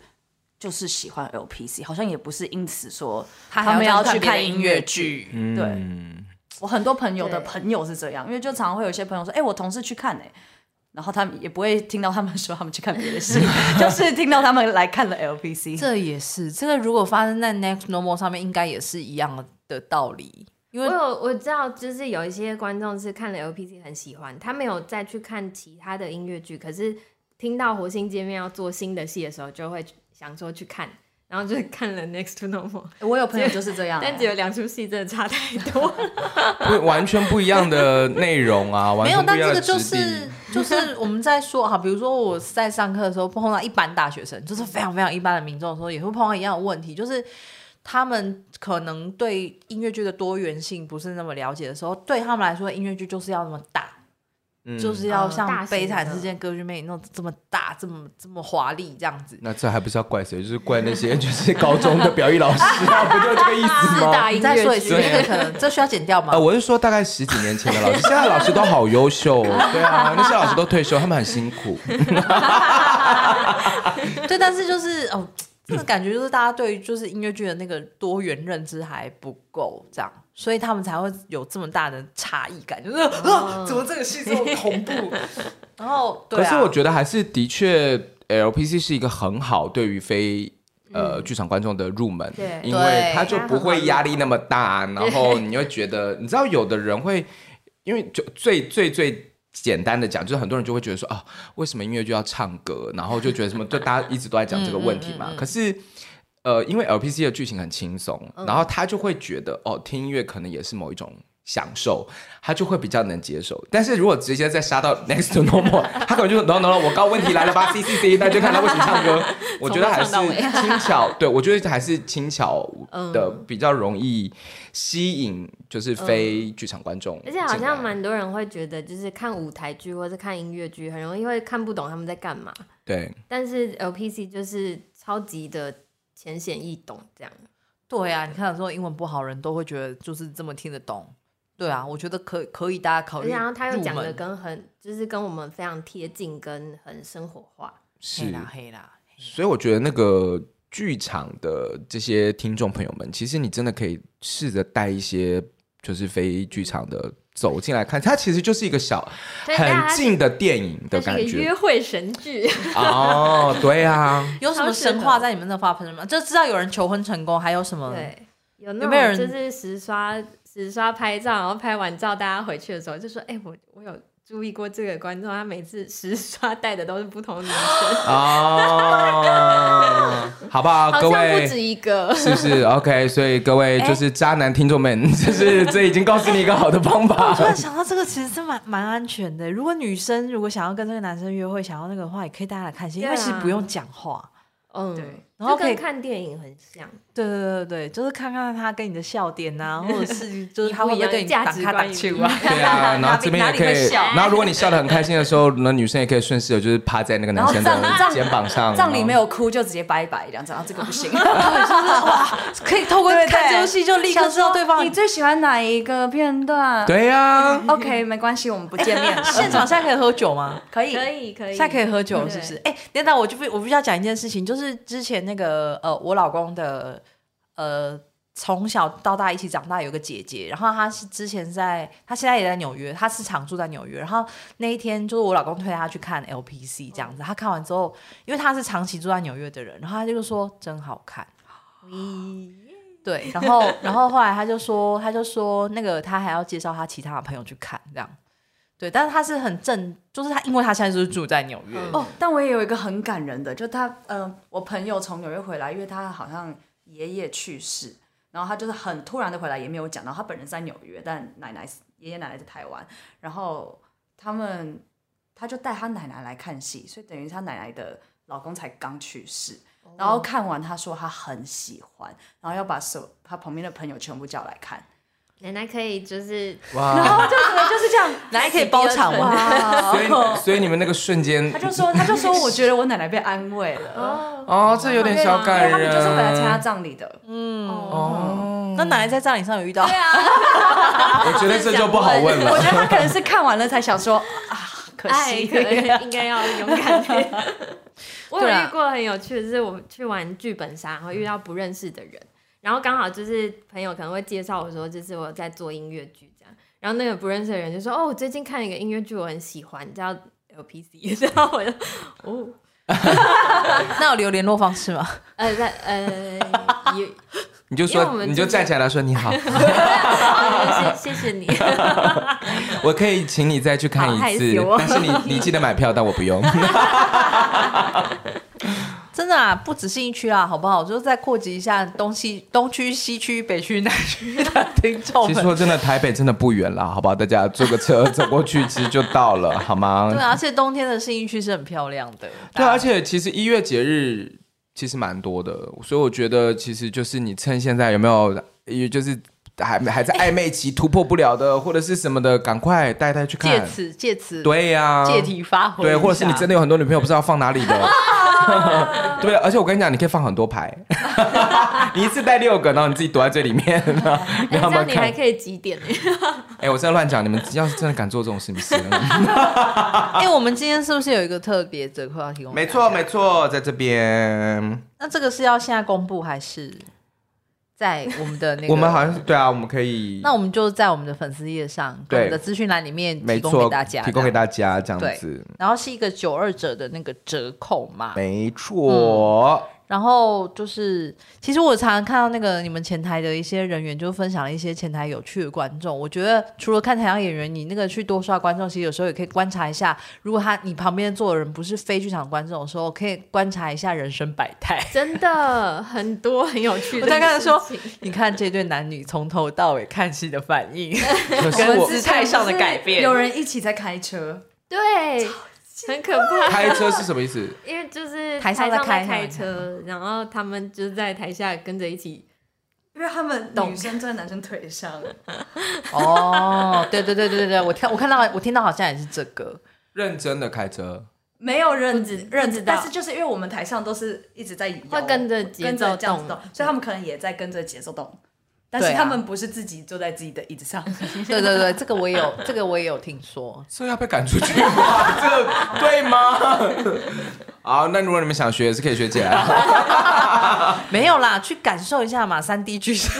[SPEAKER 4] 就是喜欢 LPC，好像也不是因此说
[SPEAKER 1] 他
[SPEAKER 4] 们
[SPEAKER 1] 还
[SPEAKER 4] 要
[SPEAKER 1] 要
[SPEAKER 4] 去
[SPEAKER 1] 去
[SPEAKER 4] 看
[SPEAKER 1] 看
[SPEAKER 4] 音
[SPEAKER 1] 音
[SPEAKER 4] 乐
[SPEAKER 1] 乐
[SPEAKER 4] 剧
[SPEAKER 1] 剧。
[SPEAKER 4] 对
[SPEAKER 2] 嗯，
[SPEAKER 4] 我很多朋友的
[SPEAKER 3] 对
[SPEAKER 4] 朋友是这样，因为就常常会有一些朋友说：“哎、我同事去看哎、然后他们也不会听到他们说他们去看别的戏， 就是听到他们来看了 LPC。
[SPEAKER 1] 这也是这个，如果发生在 Next Normal 上面，应该也是一样的道理。因
[SPEAKER 3] 我
[SPEAKER 1] 为
[SPEAKER 3] 有我知道，就是有一些观众是看了 LPC 很喜欢，他没有再去看其他的音乐剧，可是听到火星见面要做新的戏的时候，就会想说去看，然后就看了 Next to Normal，、
[SPEAKER 4] 我有朋友就是
[SPEAKER 1] 啊
[SPEAKER 4] 这样、啊
[SPEAKER 3] 但只有两出戏真的差太多 了。
[SPEAKER 2] 会完全不一样的内容啊，完
[SPEAKER 1] 没有，
[SPEAKER 2] 全不
[SPEAKER 1] 但
[SPEAKER 2] 一样
[SPEAKER 1] 这
[SPEAKER 2] 的
[SPEAKER 1] 个就
[SPEAKER 2] 质地
[SPEAKER 1] 是就是我们在说哈，比如说我在上课的时候碰到一般大学生，就是非常非常一般的民众的时候，也会碰到一样的问题，就是他们可能对音乐剧的多元性不是那么了解的时候，对他们来说，音乐剧就是要那么大，
[SPEAKER 2] 嗯
[SPEAKER 1] 就是要像
[SPEAKER 3] 哦大
[SPEAKER 1] 《
[SPEAKER 3] 型
[SPEAKER 1] 悲惨
[SPEAKER 3] 的
[SPEAKER 1] 世界》《歌剧魅影》那种这么大、这么这么华丽这样子。
[SPEAKER 2] 那这还不是要怪谁，就是怪那些就是高中的表演老师啊，不就这个意思
[SPEAKER 3] 四
[SPEAKER 2] 吗？
[SPEAKER 3] 大
[SPEAKER 1] 你
[SPEAKER 3] 啊音
[SPEAKER 1] 再说
[SPEAKER 3] 乐
[SPEAKER 1] 一
[SPEAKER 3] 剧
[SPEAKER 1] 次，这个可能这需要剪掉吗
[SPEAKER 2] 呃，？我是说大概十几年前的老师，现在老师都好优秀哦。对啊，那些老师都退休，他们很辛苦。
[SPEAKER 1] 对，但是就是哦，这个感觉就是大家对于就是音乐剧的那个多元认知还不够，这样，所以他们才会有这么大的差异感，就是、
[SPEAKER 3] 嗯
[SPEAKER 1] 啊， 怎么这个戏这么同步？ 然后，对
[SPEAKER 2] 可
[SPEAKER 1] 啊，
[SPEAKER 2] 是我觉得还是的确，LPC 是一个很好对于非。呃，剧场观众的入门，
[SPEAKER 3] 对
[SPEAKER 2] 因为
[SPEAKER 1] 嗯对
[SPEAKER 2] 他就不会压力那么大，然后你会觉 得，你知道有的人会，因为就最最最简单的讲，就是很多人就会觉得说啊，为什么音乐剧要唱歌？然后就觉得什么，就大家一直都在讲这个问
[SPEAKER 1] 嗯
[SPEAKER 2] 题嘛。可是。呃，因为 LPC 的剧情很轻松，
[SPEAKER 3] 嗯
[SPEAKER 2] 然后他就会觉得哦，听音乐可能也是某一种享受，他就会比较能接受。但是如果直接再杀到 Next to Normal，他可能就 No No No，我高问题来了吧 C C C，那就看他为什么唱歌。我觉得还是
[SPEAKER 3] 从头唱
[SPEAKER 2] 轻巧，对我觉得还是轻巧
[SPEAKER 3] 嗯
[SPEAKER 2] 的比较容易吸引，就是非剧场观众进来、
[SPEAKER 3] 而且好像蛮多人会觉得，就是看舞台剧或是看音乐剧，很容易会看不懂他们在干嘛。
[SPEAKER 2] 对，
[SPEAKER 3] 但是 LPC 就是超级的浅显易懂，这样
[SPEAKER 1] 对啊，你看有时候英文不好，人都会觉得就是这么听得懂。对啊，我觉得可可以，大家考
[SPEAKER 3] 而
[SPEAKER 1] 虑哦
[SPEAKER 3] 且
[SPEAKER 1] 入
[SPEAKER 3] 啊然后
[SPEAKER 1] 门。
[SPEAKER 3] 他又讲的跟很就是跟我们非常贴近，跟很生活化。
[SPEAKER 2] 是
[SPEAKER 1] 黑啦黑啦，
[SPEAKER 2] 所以我觉得那个剧场的这些听众朋友们，其实你真的可以试着带一些就是非剧场的走进来看，它其实就是一个小
[SPEAKER 3] 对但它
[SPEAKER 2] 很
[SPEAKER 3] 是
[SPEAKER 2] 近的电影的
[SPEAKER 3] 它是
[SPEAKER 2] 感
[SPEAKER 3] 一个
[SPEAKER 2] 觉
[SPEAKER 3] 约会神剧，
[SPEAKER 2] 哦，对啊，
[SPEAKER 1] 有什么
[SPEAKER 3] 超适合
[SPEAKER 1] 神话在你们那发生吗？就知道有人求婚成功，还有什么？
[SPEAKER 3] 对，有
[SPEAKER 1] 嗯有没有
[SPEAKER 3] 那
[SPEAKER 1] 人
[SPEAKER 3] 种就是实刷实刷拍照，然后拍完照大家回去的时候就说：“哎、我我有注意过这个观众，他每次实刷 带的都是不同女 生，
[SPEAKER 2] 哦，好不好，
[SPEAKER 3] 好
[SPEAKER 2] 各
[SPEAKER 3] 像不
[SPEAKER 2] 位
[SPEAKER 3] 止。一 个。
[SPEAKER 2] 是不是 OK？所以各位就是渣男听众们， 就是这已经告诉你一个好的方 法
[SPEAKER 1] 突。然想到这个，其实是蛮蛮安全的。如果女生如果想要跟这个男生约会，想要那个的话，也可以带他来看戏，因为
[SPEAKER 3] 对啊
[SPEAKER 1] 其实不用讲话。”
[SPEAKER 3] 嗯，
[SPEAKER 4] 对
[SPEAKER 1] 然后
[SPEAKER 3] 就
[SPEAKER 1] 可以
[SPEAKER 3] 跟看电影很像，
[SPEAKER 1] 对对对对对，就是看看他跟你的笑点啊，或者是就是他会
[SPEAKER 3] 一
[SPEAKER 1] 不
[SPEAKER 3] 不一
[SPEAKER 1] 会
[SPEAKER 3] 样
[SPEAKER 1] 跟你
[SPEAKER 3] 价
[SPEAKER 1] 打
[SPEAKER 3] 值
[SPEAKER 1] 卡打
[SPEAKER 3] 观一
[SPEAKER 1] 球
[SPEAKER 3] 不一
[SPEAKER 1] 啊
[SPEAKER 3] 样？
[SPEAKER 2] 对啊，然后这边也可
[SPEAKER 1] 哪里会
[SPEAKER 2] 以，
[SPEAKER 1] 笑
[SPEAKER 2] 然后如果你笑得很开心的时候，那女生也可以顺势的，就是趴在那个男生的
[SPEAKER 4] 然后葬
[SPEAKER 2] 肩膀上，
[SPEAKER 4] 葬礼没
[SPEAKER 2] 有。
[SPEAKER 4] 有哭就直接拜拜这样子，啊，这个不行。
[SPEAKER 1] 可以透过
[SPEAKER 4] 对对
[SPEAKER 1] 看这部戏就立刻知道对方
[SPEAKER 4] 你。最喜欢哪一个片段？
[SPEAKER 2] 对呀、
[SPEAKER 4] ，OK，没关系，我们不见 面，
[SPEAKER 1] 现场现在可以喝酒吗？
[SPEAKER 4] 可以
[SPEAKER 3] 可以可以，
[SPEAKER 1] 现在可以喝酒是不是？哎，等等，我就不我必须要讲一件事情，就是之前那个呃，我老公的呃。从小到大一起长大，有个姐姐，然后她是之前在，她现在也在纽约，她是常住在纽约。然后那一天就是我老公推她去看 LPC 这样子，她看完之后，因为她是长期住在纽约的人，然后她就说真好看，
[SPEAKER 3] 咦，
[SPEAKER 1] 对，然后然后后来他就说，他就说那个他还要介绍他其他的朋友去看这样，对，但是他是很正，就是他因为他现在就是住在纽约，
[SPEAKER 4] 哦，但我也有一个很感人的，就他，嗯、我朋友从纽约回来，因为他好像爷爷去世，然后他就是很突然的回来，也没有讲到他本人是在纽约，但奶奶是爷爷奶奶在台湾，然后他们他就带他奶奶来看戏，所以等于他奶奶的老公才刚去世。
[SPEAKER 2] 哦
[SPEAKER 4] 然后看完，他说他很喜欢，然后要把手他旁边的朋友全部叫来看，
[SPEAKER 3] 奶奶可以就是
[SPEAKER 4] 然
[SPEAKER 2] 哇！
[SPEAKER 4] 后就可能就是这样，
[SPEAKER 1] 奶奶可以包场吗？
[SPEAKER 4] 哇
[SPEAKER 2] 所以所以你们那个瞬间
[SPEAKER 4] 他就说，他就说，我觉得我奶奶被安慰了，
[SPEAKER 3] 哦
[SPEAKER 2] 哦，这有点小
[SPEAKER 4] 啊因
[SPEAKER 2] 感
[SPEAKER 4] 为
[SPEAKER 2] 人。
[SPEAKER 4] 他们就是回来参加葬礼的，
[SPEAKER 1] 嗯
[SPEAKER 3] 哦，
[SPEAKER 2] 嗯
[SPEAKER 1] 那奶奶在葬礼上有遇到？
[SPEAKER 2] 我觉得这就不好问
[SPEAKER 4] 我
[SPEAKER 2] 了。
[SPEAKER 4] 觉得他可能是看完了才想说啊，可
[SPEAKER 3] 爱
[SPEAKER 4] 惜，
[SPEAKER 3] 哎可 能应该要勇敢 一点。我有
[SPEAKER 1] 对啊
[SPEAKER 3] 遇过很有趣的是，我去玩剧本杀，然后遇到不认识的人，然后刚好就是朋友可能会介绍我说，就是我在做音乐剧这样，然后那个不认识的人就说，哦，我最近看了一个音乐剧，我很喜欢，叫 LPC，然 后我就哦。
[SPEAKER 1] 那有留联络方式吗？
[SPEAKER 3] 呃，那 呃，也
[SPEAKER 2] 你就
[SPEAKER 3] 因为我
[SPEAKER 2] 说，
[SPEAKER 3] 们
[SPEAKER 2] 你就
[SPEAKER 3] 就是
[SPEAKER 2] 站起来了说你好，
[SPEAKER 3] 啊谢谢谢你，
[SPEAKER 2] 我可以请你再去看
[SPEAKER 3] 好害
[SPEAKER 2] 一次
[SPEAKER 3] 羞哦，
[SPEAKER 2] 但是你你记得买票，但我不用。
[SPEAKER 1] 真的啊，不止信义区啊，好不好？我就再扩及一下东西东区、西区、北区、南区的听众
[SPEAKER 2] 其实
[SPEAKER 1] 们。
[SPEAKER 2] 说真的，台北真的不远啦，好不好？大家坐个车走过去，其实就到了，好 吗
[SPEAKER 1] 对？啊，而且冬天的信义区是很漂亮的。
[SPEAKER 2] 对啊，而且其实一月节日其实蛮多的，所以我觉得其实就是你趁现在有没有，也就是还还在暧昧期突破不了的，或者是什么的，赶快带带去
[SPEAKER 1] 借
[SPEAKER 2] 看。
[SPEAKER 1] 此借此
[SPEAKER 2] 对呀、
[SPEAKER 1] 借题发挥一下，
[SPEAKER 2] 对，或者是你真的有很多女朋友，不知道放哪里的。对，而且我跟你讲，你可以放很多牌，你一次带六个，然后你自己躲在最里面，
[SPEAKER 3] 这
[SPEAKER 2] 然后
[SPEAKER 3] 样
[SPEAKER 2] 慢慢
[SPEAKER 3] 你还
[SPEAKER 2] 看。
[SPEAKER 3] 可以几点 呢？
[SPEAKER 2] 哎、我真的乱讲，你们要是真的敢做这种事，你死了。
[SPEAKER 1] 哎、我们今天是不是有一个特别折扣要提供？
[SPEAKER 2] 没错，，没错，在这边，
[SPEAKER 1] 那这个是要现在公布还是在我们的那个？
[SPEAKER 2] 我们好像是对啊，我们可以，
[SPEAKER 1] 那我们就在我们的粉丝页上，跟
[SPEAKER 2] 对
[SPEAKER 1] 我们的资讯栏里面提
[SPEAKER 2] 没
[SPEAKER 1] 供给
[SPEAKER 2] 错
[SPEAKER 1] 大家，
[SPEAKER 2] 提供给
[SPEAKER 1] 家。
[SPEAKER 2] 大家这样
[SPEAKER 1] 对
[SPEAKER 2] 子，
[SPEAKER 1] 然后是一个九二折的那个折扣嘛，
[SPEAKER 2] 没错，
[SPEAKER 1] 然后就是，其实我常常看到那个你们前台的一些人员，就分享一些前台有趣的观众。我觉得除了看台上演员，你那个去多刷观众，其实有时候也可以观察一下，如果他你旁边坐的人不是非剧场观众的时候，可以观察一下人生百 态。
[SPEAKER 3] 真的很多很有趣的
[SPEAKER 1] 我在看
[SPEAKER 3] 事
[SPEAKER 1] 的时候
[SPEAKER 3] 情
[SPEAKER 1] 你看这对男女从头到尾看戏的反应，
[SPEAKER 2] 可是
[SPEAKER 1] 跟
[SPEAKER 2] 我
[SPEAKER 1] 姿态上的改变。
[SPEAKER 4] 有人一起在开车，
[SPEAKER 3] 对，很可 怕，
[SPEAKER 2] 开车是什么意思？
[SPEAKER 3] 因为就是
[SPEAKER 1] 台上
[SPEAKER 3] 上
[SPEAKER 1] 在
[SPEAKER 3] 开
[SPEAKER 1] 开
[SPEAKER 3] 车，然后他们就是在台下跟着一起，
[SPEAKER 4] 因为他们
[SPEAKER 3] 懂
[SPEAKER 4] 女生坐在男生腿上，
[SPEAKER 1] 哦，对对对对对对，我看我看到我听到好像也是这个，
[SPEAKER 2] 认真的开车，
[SPEAKER 4] 没有认
[SPEAKER 3] 不知
[SPEAKER 4] 知认
[SPEAKER 3] 不
[SPEAKER 4] 知
[SPEAKER 3] 知，道
[SPEAKER 4] 但是就是因为我们台上都是一直在摇
[SPEAKER 3] 会跟着节奏
[SPEAKER 4] 跟着这样子
[SPEAKER 3] 动
[SPEAKER 4] 动，所以他们可能也在跟着节奏动，但是
[SPEAKER 1] 对啊
[SPEAKER 4] 他们不是自己坐在自己的椅子上，
[SPEAKER 1] 对对对，这个我也有，这个我也有听说。
[SPEAKER 2] 这要被赶出去吗？ 这个对吗？ 好，那如果你们想学，也是可以学起来。
[SPEAKER 1] 没有啦，去感受一下嘛，三 D 剧场。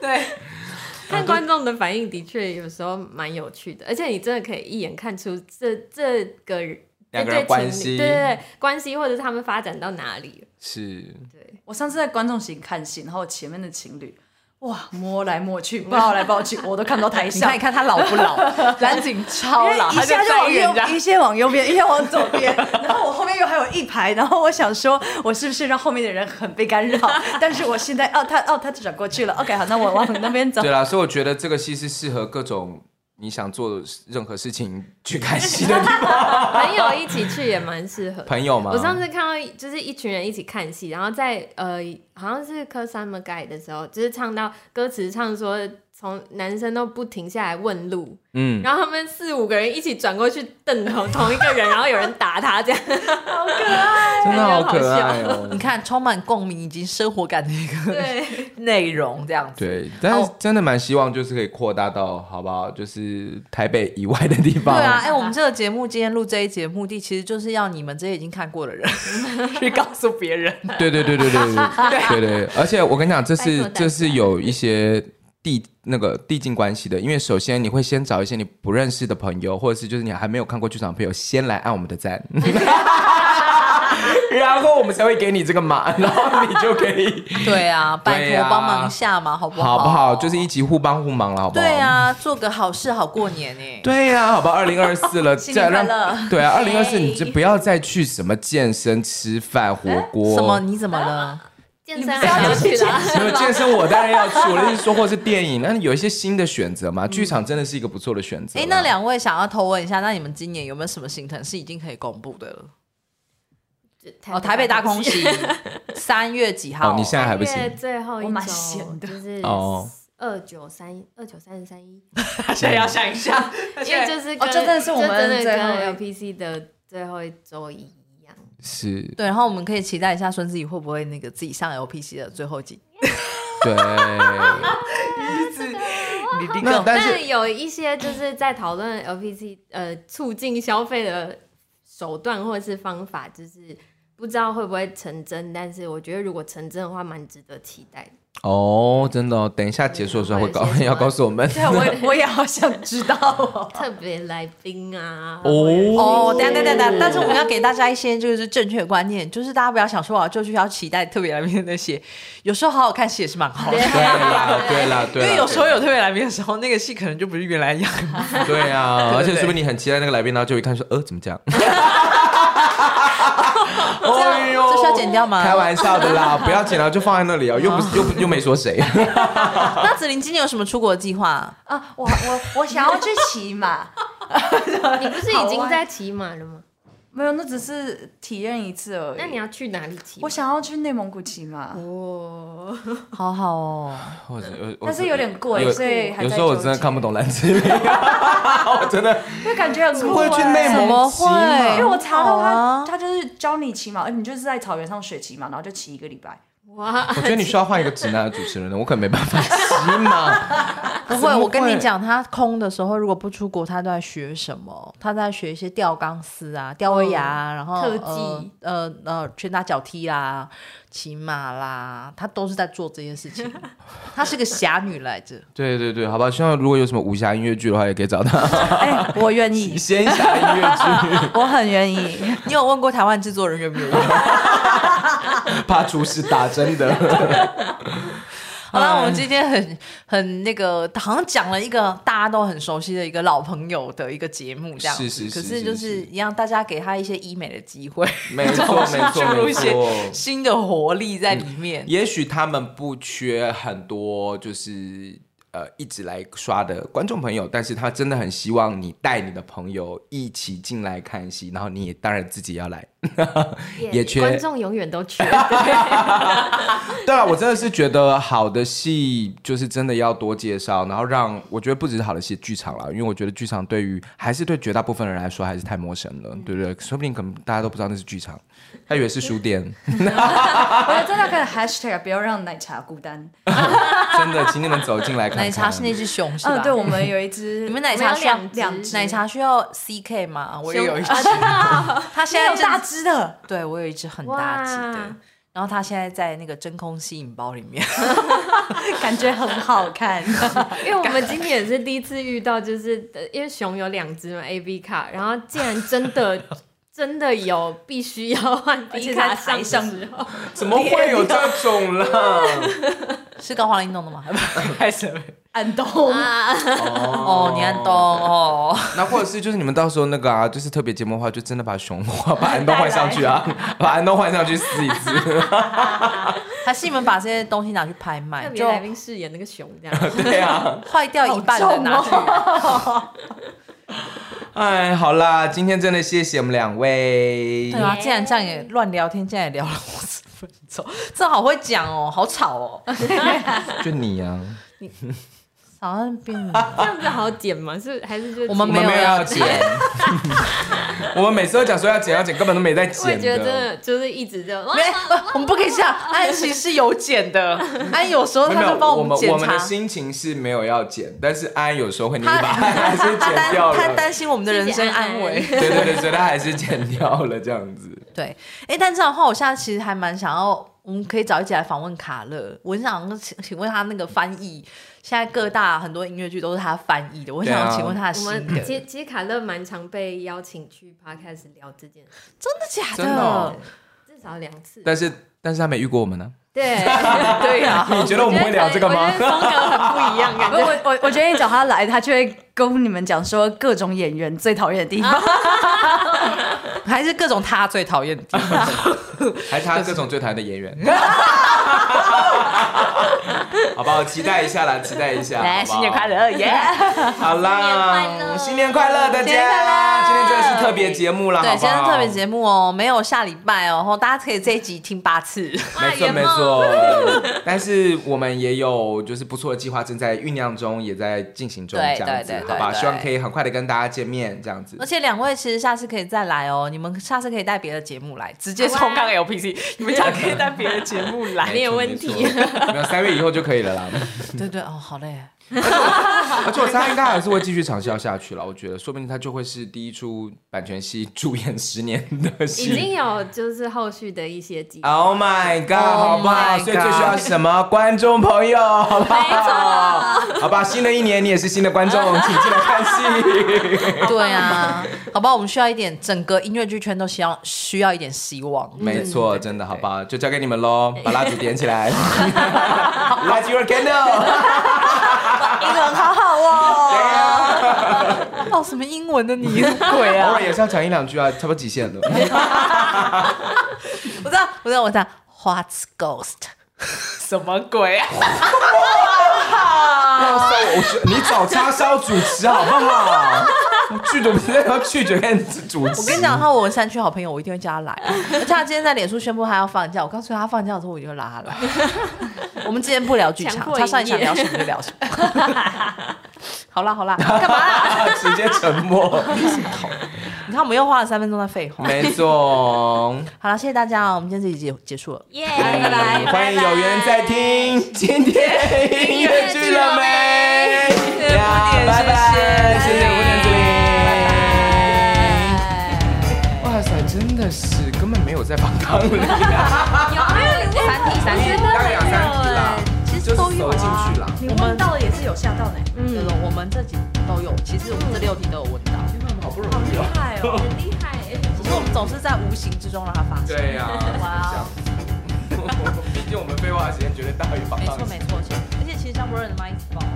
[SPEAKER 1] 对，
[SPEAKER 3] 看观众的反应，的确有时候蛮有趣的，而且你真的可以一眼看出这这个人
[SPEAKER 2] 两个
[SPEAKER 3] 这对
[SPEAKER 2] 人关
[SPEAKER 3] 情侣
[SPEAKER 2] 系
[SPEAKER 3] 对对对关系，或者是他们发展到哪里了，
[SPEAKER 2] 是，
[SPEAKER 3] 对，
[SPEAKER 4] 我上次在观众席看戏，然后前面的情侣，哇，摸来摸去，抱来抱去，我都看不到台
[SPEAKER 1] 你
[SPEAKER 4] 上
[SPEAKER 1] 看你。看他老不 老，蓝景超老，
[SPEAKER 4] 因为
[SPEAKER 1] 他
[SPEAKER 4] 一下就
[SPEAKER 1] 在
[SPEAKER 4] 往
[SPEAKER 1] 人
[SPEAKER 4] 右，
[SPEAKER 1] 家。
[SPEAKER 4] 一下往右边，一下往左 边，然后我后面又还有一排，然后我想说，我是不是让后面的人很被干扰？但是我现在，哦，他哦，他转过去了，OK，好，那我往那边走
[SPEAKER 2] 对。啦，所以我觉得这个戏是适合各种你想做任何事情去看戏的地方
[SPEAKER 3] 朋友一起去也蛮适 合的。
[SPEAKER 2] 朋友吗？
[SPEAKER 3] 我上次看到就是一群人一起看戏，然后在呃好像是科三 m 盖的时候，就是唱到歌词唱说从男生都不停下来问路，
[SPEAKER 2] 嗯，
[SPEAKER 3] 然后他们四五个人一起转过去瞪同同一个人，然后有人打他这样，
[SPEAKER 2] 真的好
[SPEAKER 3] 感觉
[SPEAKER 2] 可
[SPEAKER 3] 好笑
[SPEAKER 2] 爱哦
[SPEAKER 1] 你。看，充满共鸣以及生活感的一个
[SPEAKER 3] 对，
[SPEAKER 1] 内容，这样子。
[SPEAKER 2] 对，但是真的蛮希望就是可以扩大到好不好？就是台北以外的地方。
[SPEAKER 1] 对啊，哎、我们这个节目今天录这一节目的，其实就是要你们这些已经看过的 人去告诉别人。
[SPEAKER 2] 对对对对对对对对，而且我跟你讲，这
[SPEAKER 3] 拜托
[SPEAKER 2] 是
[SPEAKER 3] 大家
[SPEAKER 2] 这是有一些递那个递进关系的，因为首先你会先找一些你不认识的朋友，或者是就是你还没有看过剧场的朋友，先来按我们的赞， 然后我们才会给你这个码，然后你就可以，
[SPEAKER 1] 对啊，拜
[SPEAKER 2] 对
[SPEAKER 1] 托
[SPEAKER 2] 呀
[SPEAKER 1] 帮忙一下嘛，好不
[SPEAKER 2] 好不好？就是
[SPEAKER 1] 一
[SPEAKER 2] 一起互帮互忙了，好不好？
[SPEAKER 1] 哦对啊，做个好事好过年哎、
[SPEAKER 2] 对呀、好吧，二零二四了，
[SPEAKER 4] 新
[SPEAKER 2] 再
[SPEAKER 4] 年快
[SPEAKER 2] 让
[SPEAKER 4] 乐
[SPEAKER 2] 对啊，二零二四你就不要再去什么健身、吃饭、火锅，
[SPEAKER 1] 什么？你怎么了？
[SPEAKER 3] 健身还是要去啦，
[SPEAKER 2] 没有健身，我当然要去。我的意 思说，或是电影，那有一些新的选择嘛？剧场真的是一个不错的选择啦。
[SPEAKER 1] 哎、那两位想要偷问一下，那你们今年有没有什么行程是已经可以公布的了？
[SPEAKER 3] 就
[SPEAKER 1] 哦，台北大空袭， 三月几号？
[SPEAKER 2] 哦你现在还不
[SPEAKER 3] 三月
[SPEAKER 2] 行
[SPEAKER 3] 最后一
[SPEAKER 4] 我蛮
[SPEAKER 3] 周
[SPEAKER 4] 闲的
[SPEAKER 3] 就是
[SPEAKER 2] 哦
[SPEAKER 3] 二九三一，二九三十三一，
[SPEAKER 1] 他现在要想一下，
[SPEAKER 3] 因为就是
[SPEAKER 4] 哦
[SPEAKER 3] 跟
[SPEAKER 4] 这真的是我们
[SPEAKER 3] 这真的
[SPEAKER 4] 最后
[SPEAKER 3] 跟 LPC 的最后一周一样，
[SPEAKER 2] 是
[SPEAKER 1] 对，然后我们可以期待一下孙子怡会不会那个自己上 LPC 的最后几。
[SPEAKER 2] 对，
[SPEAKER 1] 你立
[SPEAKER 2] 那
[SPEAKER 1] 刻
[SPEAKER 2] 但是
[SPEAKER 3] 有一些就是在讨论 LPC 呃促进消费的手段或者是方法，就是不知道会不会成真，但是我觉得如果成真的话，蛮值得期待的。
[SPEAKER 2] 哦，真的、哦，等一下结束的时候会告
[SPEAKER 3] 会 有些什么
[SPEAKER 2] 要告诉我们。
[SPEAKER 1] 啊
[SPEAKER 4] 对，我也我也好想知道哦。
[SPEAKER 3] 特别来宾啊，
[SPEAKER 1] 哦
[SPEAKER 2] 哦，，
[SPEAKER 1] 等一下等一下等一下，但是我们要给大家一些就是正确的观念，就是大家不要想说我要就去要期待特别来宾的那些，有时候好好看戏也是蛮好的，
[SPEAKER 2] 对啦，对啦，对啊
[SPEAKER 1] 因
[SPEAKER 2] 啦，
[SPEAKER 1] 为有时候有特别来宾的时候，那个戏可能就不是原来样子。
[SPEAKER 2] 对 啊，而且说不定你很期待那个来宾，然后就一看说，呃，怎么这样？哎呦
[SPEAKER 1] 这需要剪掉吗
[SPEAKER 2] 开玩笑的啦，不要剪了，就放在那里哦，又不是又不又没说谁。
[SPEAKER 1] 那子琳今年有什么出国计划？
[SPEAKER 4] 啊，我我我想要去骑马，
[SPEAKER 3] 你不是已经在骑马了吗？
[SPEAKER 4] 没有，那只是体验一次而已。
[SPEAKER 3] 那你要去哪里骑马？
[SPEAKER 4] 我想要去内蒙古骑马，
[SPEAKER 3] 哦，
[SPEAKER 1] 好好哦，
[SPEAKER 2] 我我我
[SPEAKER 4] 但是有点贵，
[SPEAKER 2] 有
[SPEAKER 4] 所以还在
[SPEAKER 2] 有时候我
[SPEAKER 4] 纠
[SPEAKER 2] 真的
[SPEAKER 4] 结
[SPEAKER 2] 看不懂蓝志明，我真 的
[SPEAKER 4] 因为感觉很酷、
[SPEAKER 2] 会
[SPEAKER 4] 欸。
[SPEAKER 2] 去内
[SPEAKER 1] 怎
[SPEAKER 2] 蒙
[SPEAKER 1] 么
[SPEAKER 2] 骑马
[SPEAKER 1] 会？
[SPEAKER 4] 因为我查
[SPEAKER 1] 好
[SPEAKER 4] 到
[SPEAKER 1] 啊
[SPEAKER 4] 他，他就是教你骑马，呃而你就是在草原上学骑马，然后就骑一个礼拜。
[SPEAKER 3] 哇，
[SPEAKER 2] 我觉得你需要换一个直男的主持人了，我可能没办法骑马。
[SPEAKER 1] 不
[SPEAKER 2] 怎
[SPEAKER 1] 会，
[SPEAKER 2] 么
[SPEAKER 1] 我跟你讲，他空的时候如果不出国，他都在学什么？他在学一些吊钢丝啊、吊威亚、啊，然后
[SPEAKER 3] 特技
[SPEAKER 1] 呃呃呃拳打脚踢啦、骑马啦，他都是在做这些事情。她是个侠女来着，
[SPEAKER 2] 对对对，好吧，希望如果有什么武侠音乐剧的话，也可以找他。
[SPEAKER 4] 哎、我愿意，
[SPEAKER 2] 仙侠音乐剧。
[SPEAKER 4] 我很愿意。
[SPEAKER 1] 你有问过台湾制作人愿不愿意？
[SPEAKER 2] 怕厨师打针的。
[SPEAKER 1] 好了，我们今天很很那个，好像讲了一个大家都很熟悉的一个老朋友的一个节目这样子，
[SPEAKER 2] 是是是
[SPEAKER 1] 可是
[SPEAKER 2] 是
[SPEAKER 1] 就是是一样，大家给他一些医美的机会，
[SPEAKER 2] 没错，没
[SPEAKER 1] 注
[SPEAKER 2] 错，
[SPEAKER 1] 入一
[SPEAKER 2] 没
[SPEAKER 1] 些
[SPEAKER 2] 错。
[SPEAKER 1] 新的活力在里面。
[SPEAKER 2] 也许他们不缺很多，就是呃一直来刷的观众朋友，但是他真的很希望你带你的朋友一起进来看戏，然后你也当然自己要来。也缺
[SPEAKER 3] 观众永远都缺。
[SPEAKER 2] 对啊，我真的是觉得好的戏就是真的要多介绍，然后让我觉得不只是好的戏，剧场啦，因为我觉得剧场对于还是对绝大部分人来说还是太陌生了，对不对？说不定可能大家都不知道那是剧场，他以为是书店。
[SPEAKER 4] 我觉得真的可以 hashtag 啊不要让奶茶孤单。
[SPEAKER 2] 真的，请你们走进来看看。
[SPEAKER 1] 奶茶是那只熊是吧？
[SPEAKER 4] 嗯，对，我们有一只，
[SPEAKER 1] 你们奶茶需要
[SPEAKER 3] 我们有两
[SPEAKER 1] 两
[SPEAKER 3] 只
[SPEAKER 1] 奶茶需要 CK 吗？啊我也有一只，它现
[SPEAKER 4] 现
[SPEAKER 1] 在
[SPEAKER 4] 在有大
[SPEAKER 1] 正
[SPEAKER 4] 只的，
[SPEAKER 1] 对我有一只很大只的
[SPEAKER 3] 哇，
[SPEAKER 1] 然后它现在在那个真空吸引包里面。
[SPEAKER 4] 感觉很好 看。
[SPEAKER 3] 因为我们今天也是第一次遇到，就是呃因为熊有两只嘛，A B 卡，然后竟然真的 真的有必须要换
[SPEAKER 4] 而
[SPEAKER 3] B
[SPEAKER 4] 且
[SPEAKER 3] 卡
[SPEAKER 4] 在
[SPEAKER 3] 上
[SPEAKER 4] 台
[SPEAKER 3] 的
[SPEAKER 4] 上
[SPEAKER 3] 时候，
[SPEAKER 2] 怎么会有这种 啦？
[SPEAKER 1] 是高华林弄的吗？开始了没
[SPEAKER 4] 安东，
[SPEAKER 1] 哦，你按东。哦，
[SPEAKER 2] 那或者是就是你们到时候那个啊，就是特别节目的话，就真的把熊花把安东换上去啊，把安东换上去撕一撕。
[SPEAKER 1] 还是你们把这些东西拿去拍卖，
[SPEAKER 3] 特别
[SPEAKER 1] 就
[SPEAKER 3] 来宾饰演那个熊 这样。
[SPEAKER 2] 对啊，
[SPEAKER 1] 坏掉一半的拿去。
[SPEAKER 2] 哎，好啦，今天真的谢谢我们两位
[SPEAKER 1] 对。啊，竟然这样也乱聊天，竟然也聊了五十分钟，这好会讲哦，好吵哦，
[SPEAKER 2] 就你啊，
[SPEAKER 1] 好像变
[SPEAKER 3] 这样子好剪吗？是还是就
[SPEAKER 1] 我们
[SPEAKER 2] 我
[SPEAKER 1] 没
[SPEAKER 2] 们
[SPEAKER 1] 有
[SPEAKER 2] 没有
[SPEAKER 1] 要
[SPEAKER 2] 要剪。我们每次都讲说要剪要剪，根本都没在
[SPEAKER 3] 我也
[SPEAKER 2] 剪
[SPEAKER 3] 觉得真
[SPEAKER 2] 的。
[SPEAKER 3] 的就是一直就
[SPEAKER 1] 没，我们不可以这样。安琪是有剪 的，安有时候
[SPEAKER 2] 没有
[SPEAKER 1] 他
[SPEAKER 2] 没
[SPEAKER 1] 就
[SPEAKER 2] 有，
[SPEAKER 1] 帮
[SPEAKER 2] 我
[SPEAKER 1] 们
[SPEAKER 2] 们
[SPEAKER 1] 检
[SPEAKER 2] 我们的
[SPEAKER 1] 查。
[SPEAKER 2] 心情是没有要剪，但是安有时候会，你
[SPEAKER 1] 他
[SPEAKER 2] 把安 还 是
[SPEAKER 1] 他
[SPEAKER 2] 剪
[SPEAKER 1] 担
[SPEAKER 2] 掉了。
[SPEAKER 1] 他担心我们的人身安危。
[SPEAKER 2] 对对对，所以他还是剪掉了这样子。
[SPEAKER 1] 对，哎，但这样的话，我现在其实还蛮想要，我们可以找一起来访问卡勒。我很想请请问他那个翻译，现在各大很多音乐剧都是他翻译的，我很
[SPEAKER 2] 对
[SPEAKER 1] 想
[SPEAKER 2] 啊
[SPEAKER 1] 请问他的
[SPEAKER 3] 我
[SPEAKER 1] 心得，
[SPEAKER 3] 们其实其实卡乐蛮常被邀请去 podcast 聊这件事，
[SPEAKER 1] 真的假
[SPEAKER 2] 真的哦
[SPEAKER 3] 至少两次。
[SPEAKER 2] 但是但是他没遇过我们呢、
[SPEAKER 3] 对，
[SPEAKER 1] 对 呀、
[SPEAKER 2] 你觉得我们会聊这个吗
[SPEAKER 3] 我觉？得风格 很不一样，感
[SPEAKER 4] 啊我
[SPEAKER 3] 觉。
[SPEAKER 4] 我我我决定找他来，他就会跟你们讲说各种演员最讨厌的地方。
[SPEAKER 1] 还是各种他 最讨厌的地方。
[SPEAKER 2] 还是他各种最讨厌的演员？好吧，我期待一下啦，期待一下。
[SPEAKER 1] 来，
[SPEAKER 2] 好不好
[SPEAKER 1] 新年快！乐，耶！
[SPEAKER 2] 好啦，新年快乐，大
[SPEAKER 1] 新年快
[SPEAKER 2] 家！
[SPEAKER 1] 乐
[SPEAKER 2] 今天真的是特别节目了，好
[SPEAKER 1] 对，
[SPEAKER 2] 不
[SPEAKER 1] 今天
[SPEAKER 2] 好？
[SPEAKER 1] 是特别节目哦，没有下礼拜哦，然后大家可以这一集听八次。
[SPEAKER 2] 没错
[SPEAKER 3] 圆
[SPEAKER 2] 没
[SPEAKER 3] 梦
[SPEAKER 2] 错，但是我们也有就是不错的计划正在酝酿中，也在进行中，
[SPEAKER 1] 对
[SPEAKER 2] 这样子
[SPEAKER 1] 对对，
[SPEAKER 2] 好吧？
[SPEAKER 1] 对对
[SPEAKER 2] 希望可以很快的跟大家见面，这样子
[SPEAKER 1] 而。且两位其实下次可以再来哦，你们下次可以带别的节目来，直接冲
[SPEAKER 3] 好啊
[SPEAKER 1] 刚 LPC，你们下次可以带别的节目来。
[SPEAKER 3] 没有
[SPEAKER 2] 错
[SPEAKER 3] 问题
[SPEAKER 2] 没错没有三月以后就可以了啦。
[SPEAKER 1] 对对哦，好 嘞，
[SPEAKER 2] 而且我猜应该还是会继续长效下去了，我觉得，说不定它就会是第一出版权戏主演十年的
[SPEAKER 3] 已经
[SPEAKER 2] 戏。
[SPEAKER 3] 有就是后续的一些计划。
[SPEAKER 2] Oh my god，、
[SPEAKER 1] Oh
[SPEAKER 2] 好不好
[SPEAKER 1] my
[SPEAKER 2] 所以最需
[SPEAKER 1] god
[SPEAKER 2] 要是什么？观众朋友，好不好？好吧，新的一年你也是新的观众， 请进来看戏。
[SPEAKER 1] 对啊，好吧，我们需要一点，整个音乐剧圈都需要需要一点希 望。
[SPEAKER 2] 没错，真的好吧，就交给你们喽，把蜡烛点起来，Light your candle。
[SPEAKER 1] 英文好好 哦，报什么英文的你鬼
[SPEAKER 2] 偶
[SPEAKER 1] 啊
[SPEAKER 2] 尔！也是要讲一两句啊，差不多极限了。
[SPEAKER 1] 我知道，我知道，我知道，What's Ghost？什么鬼啊？
[SPEAKER 2] 要烧我觉得你找叉烧主持好不好？剧组不是要拒绝跟主持？
[SPEAKER 1] 我跟你 讲，他我山区好朋友，我一定会叫他来。而且他今天在脸书宣布他要放假，我告诉他放假的时候，我就拉他 来。我们之前不聊剧
[SPEAKER 3] 强
[SPEAKER 1] 场，
[SPEAKER 3] 迫
[SPEAKER 1] 他上一场
[SPEAKER 3] 营业
[SPEAKER 1] 聊什么就聊什么。 好啦好啦，干嘛啦？
[SPEAKER 2] 啊直接沉默，
[SPEAKER 1] 你看我们又花了三分钟在废话。
[SPEAKER 2] 没错。
[SPEAKER 1] 好了，谢谢大家哦，我们今天这集结结束了。
[SPEAKER 3] 耶，
[SPEAKER 2] 拜
[SPEAKER 3] 拜拜，
[SPEAKER 2] 嗯欢迎有缘再听今天音乐剧了没？呀
[SPEAKER 1] 点
[SPEAKER 2] 拜拜，
[SPEAKER 1] 谢
[SPEAKER 2] 谢
[SPEAKER 1] 谢
[SPEAKER 2] 谢吴念祖林。
[SPEAKER 4] 哎
[SPEAKER 2] 哇塞，真的是根本没有在放钢里，
[SPEAKER 3] 有啊没有你
[SPEAKER 1] 三题三题
[SPEAKER 3] 真的
[SPEAKER 2] 当两三
[SPEAKER 3] 没
[SPEAKER 2] 题
[SPEAKER 3] 有
[SPEAKER 2] 啦
[SPEAKER 3] 哎，
[SPEAKER 1] 其
[SPEAKER 2] 就
[SPEAKER 1] 实
[SPEAKER 2] 是
[SPEAKER 1] 都有
[SPEAKER 2] 走进
[SPEAKER 1] 啊。
[SPEAKER 2] 去啦。
[SPEAKER 4] 你问到的也是有吓到呢，
[SPEAKER 1] 嗯，我们这几都有，其实我们这六题都有问到，
[SPEAKER 2] 天哪，我们好不容
[SPEAKER 1] 嗯
[SPEAKER 4] 好
[SPEAKER 2] 易
[SPEAKER 4] 厉
[SPEAKER 2] 哦。
[SPEAKER 4] 害哦！
[SPEAKER 3] 很厉害哎。
[SPEAKER 1] 只是我们总是在无形之中让它发生。
[SPEAKER 2] 对呀，
[SPEAKER 1] 哇 哦
[SPEAKER 2] 是这样子毕竟我们废话的时间绝对大于放
[SPEAKER 1] 没
[SPEAKER 2] 钢
[SPEAKER 1] 错。没错，而且其实张博仁的麦一直爆啊。
[SPEAKER 2] 哦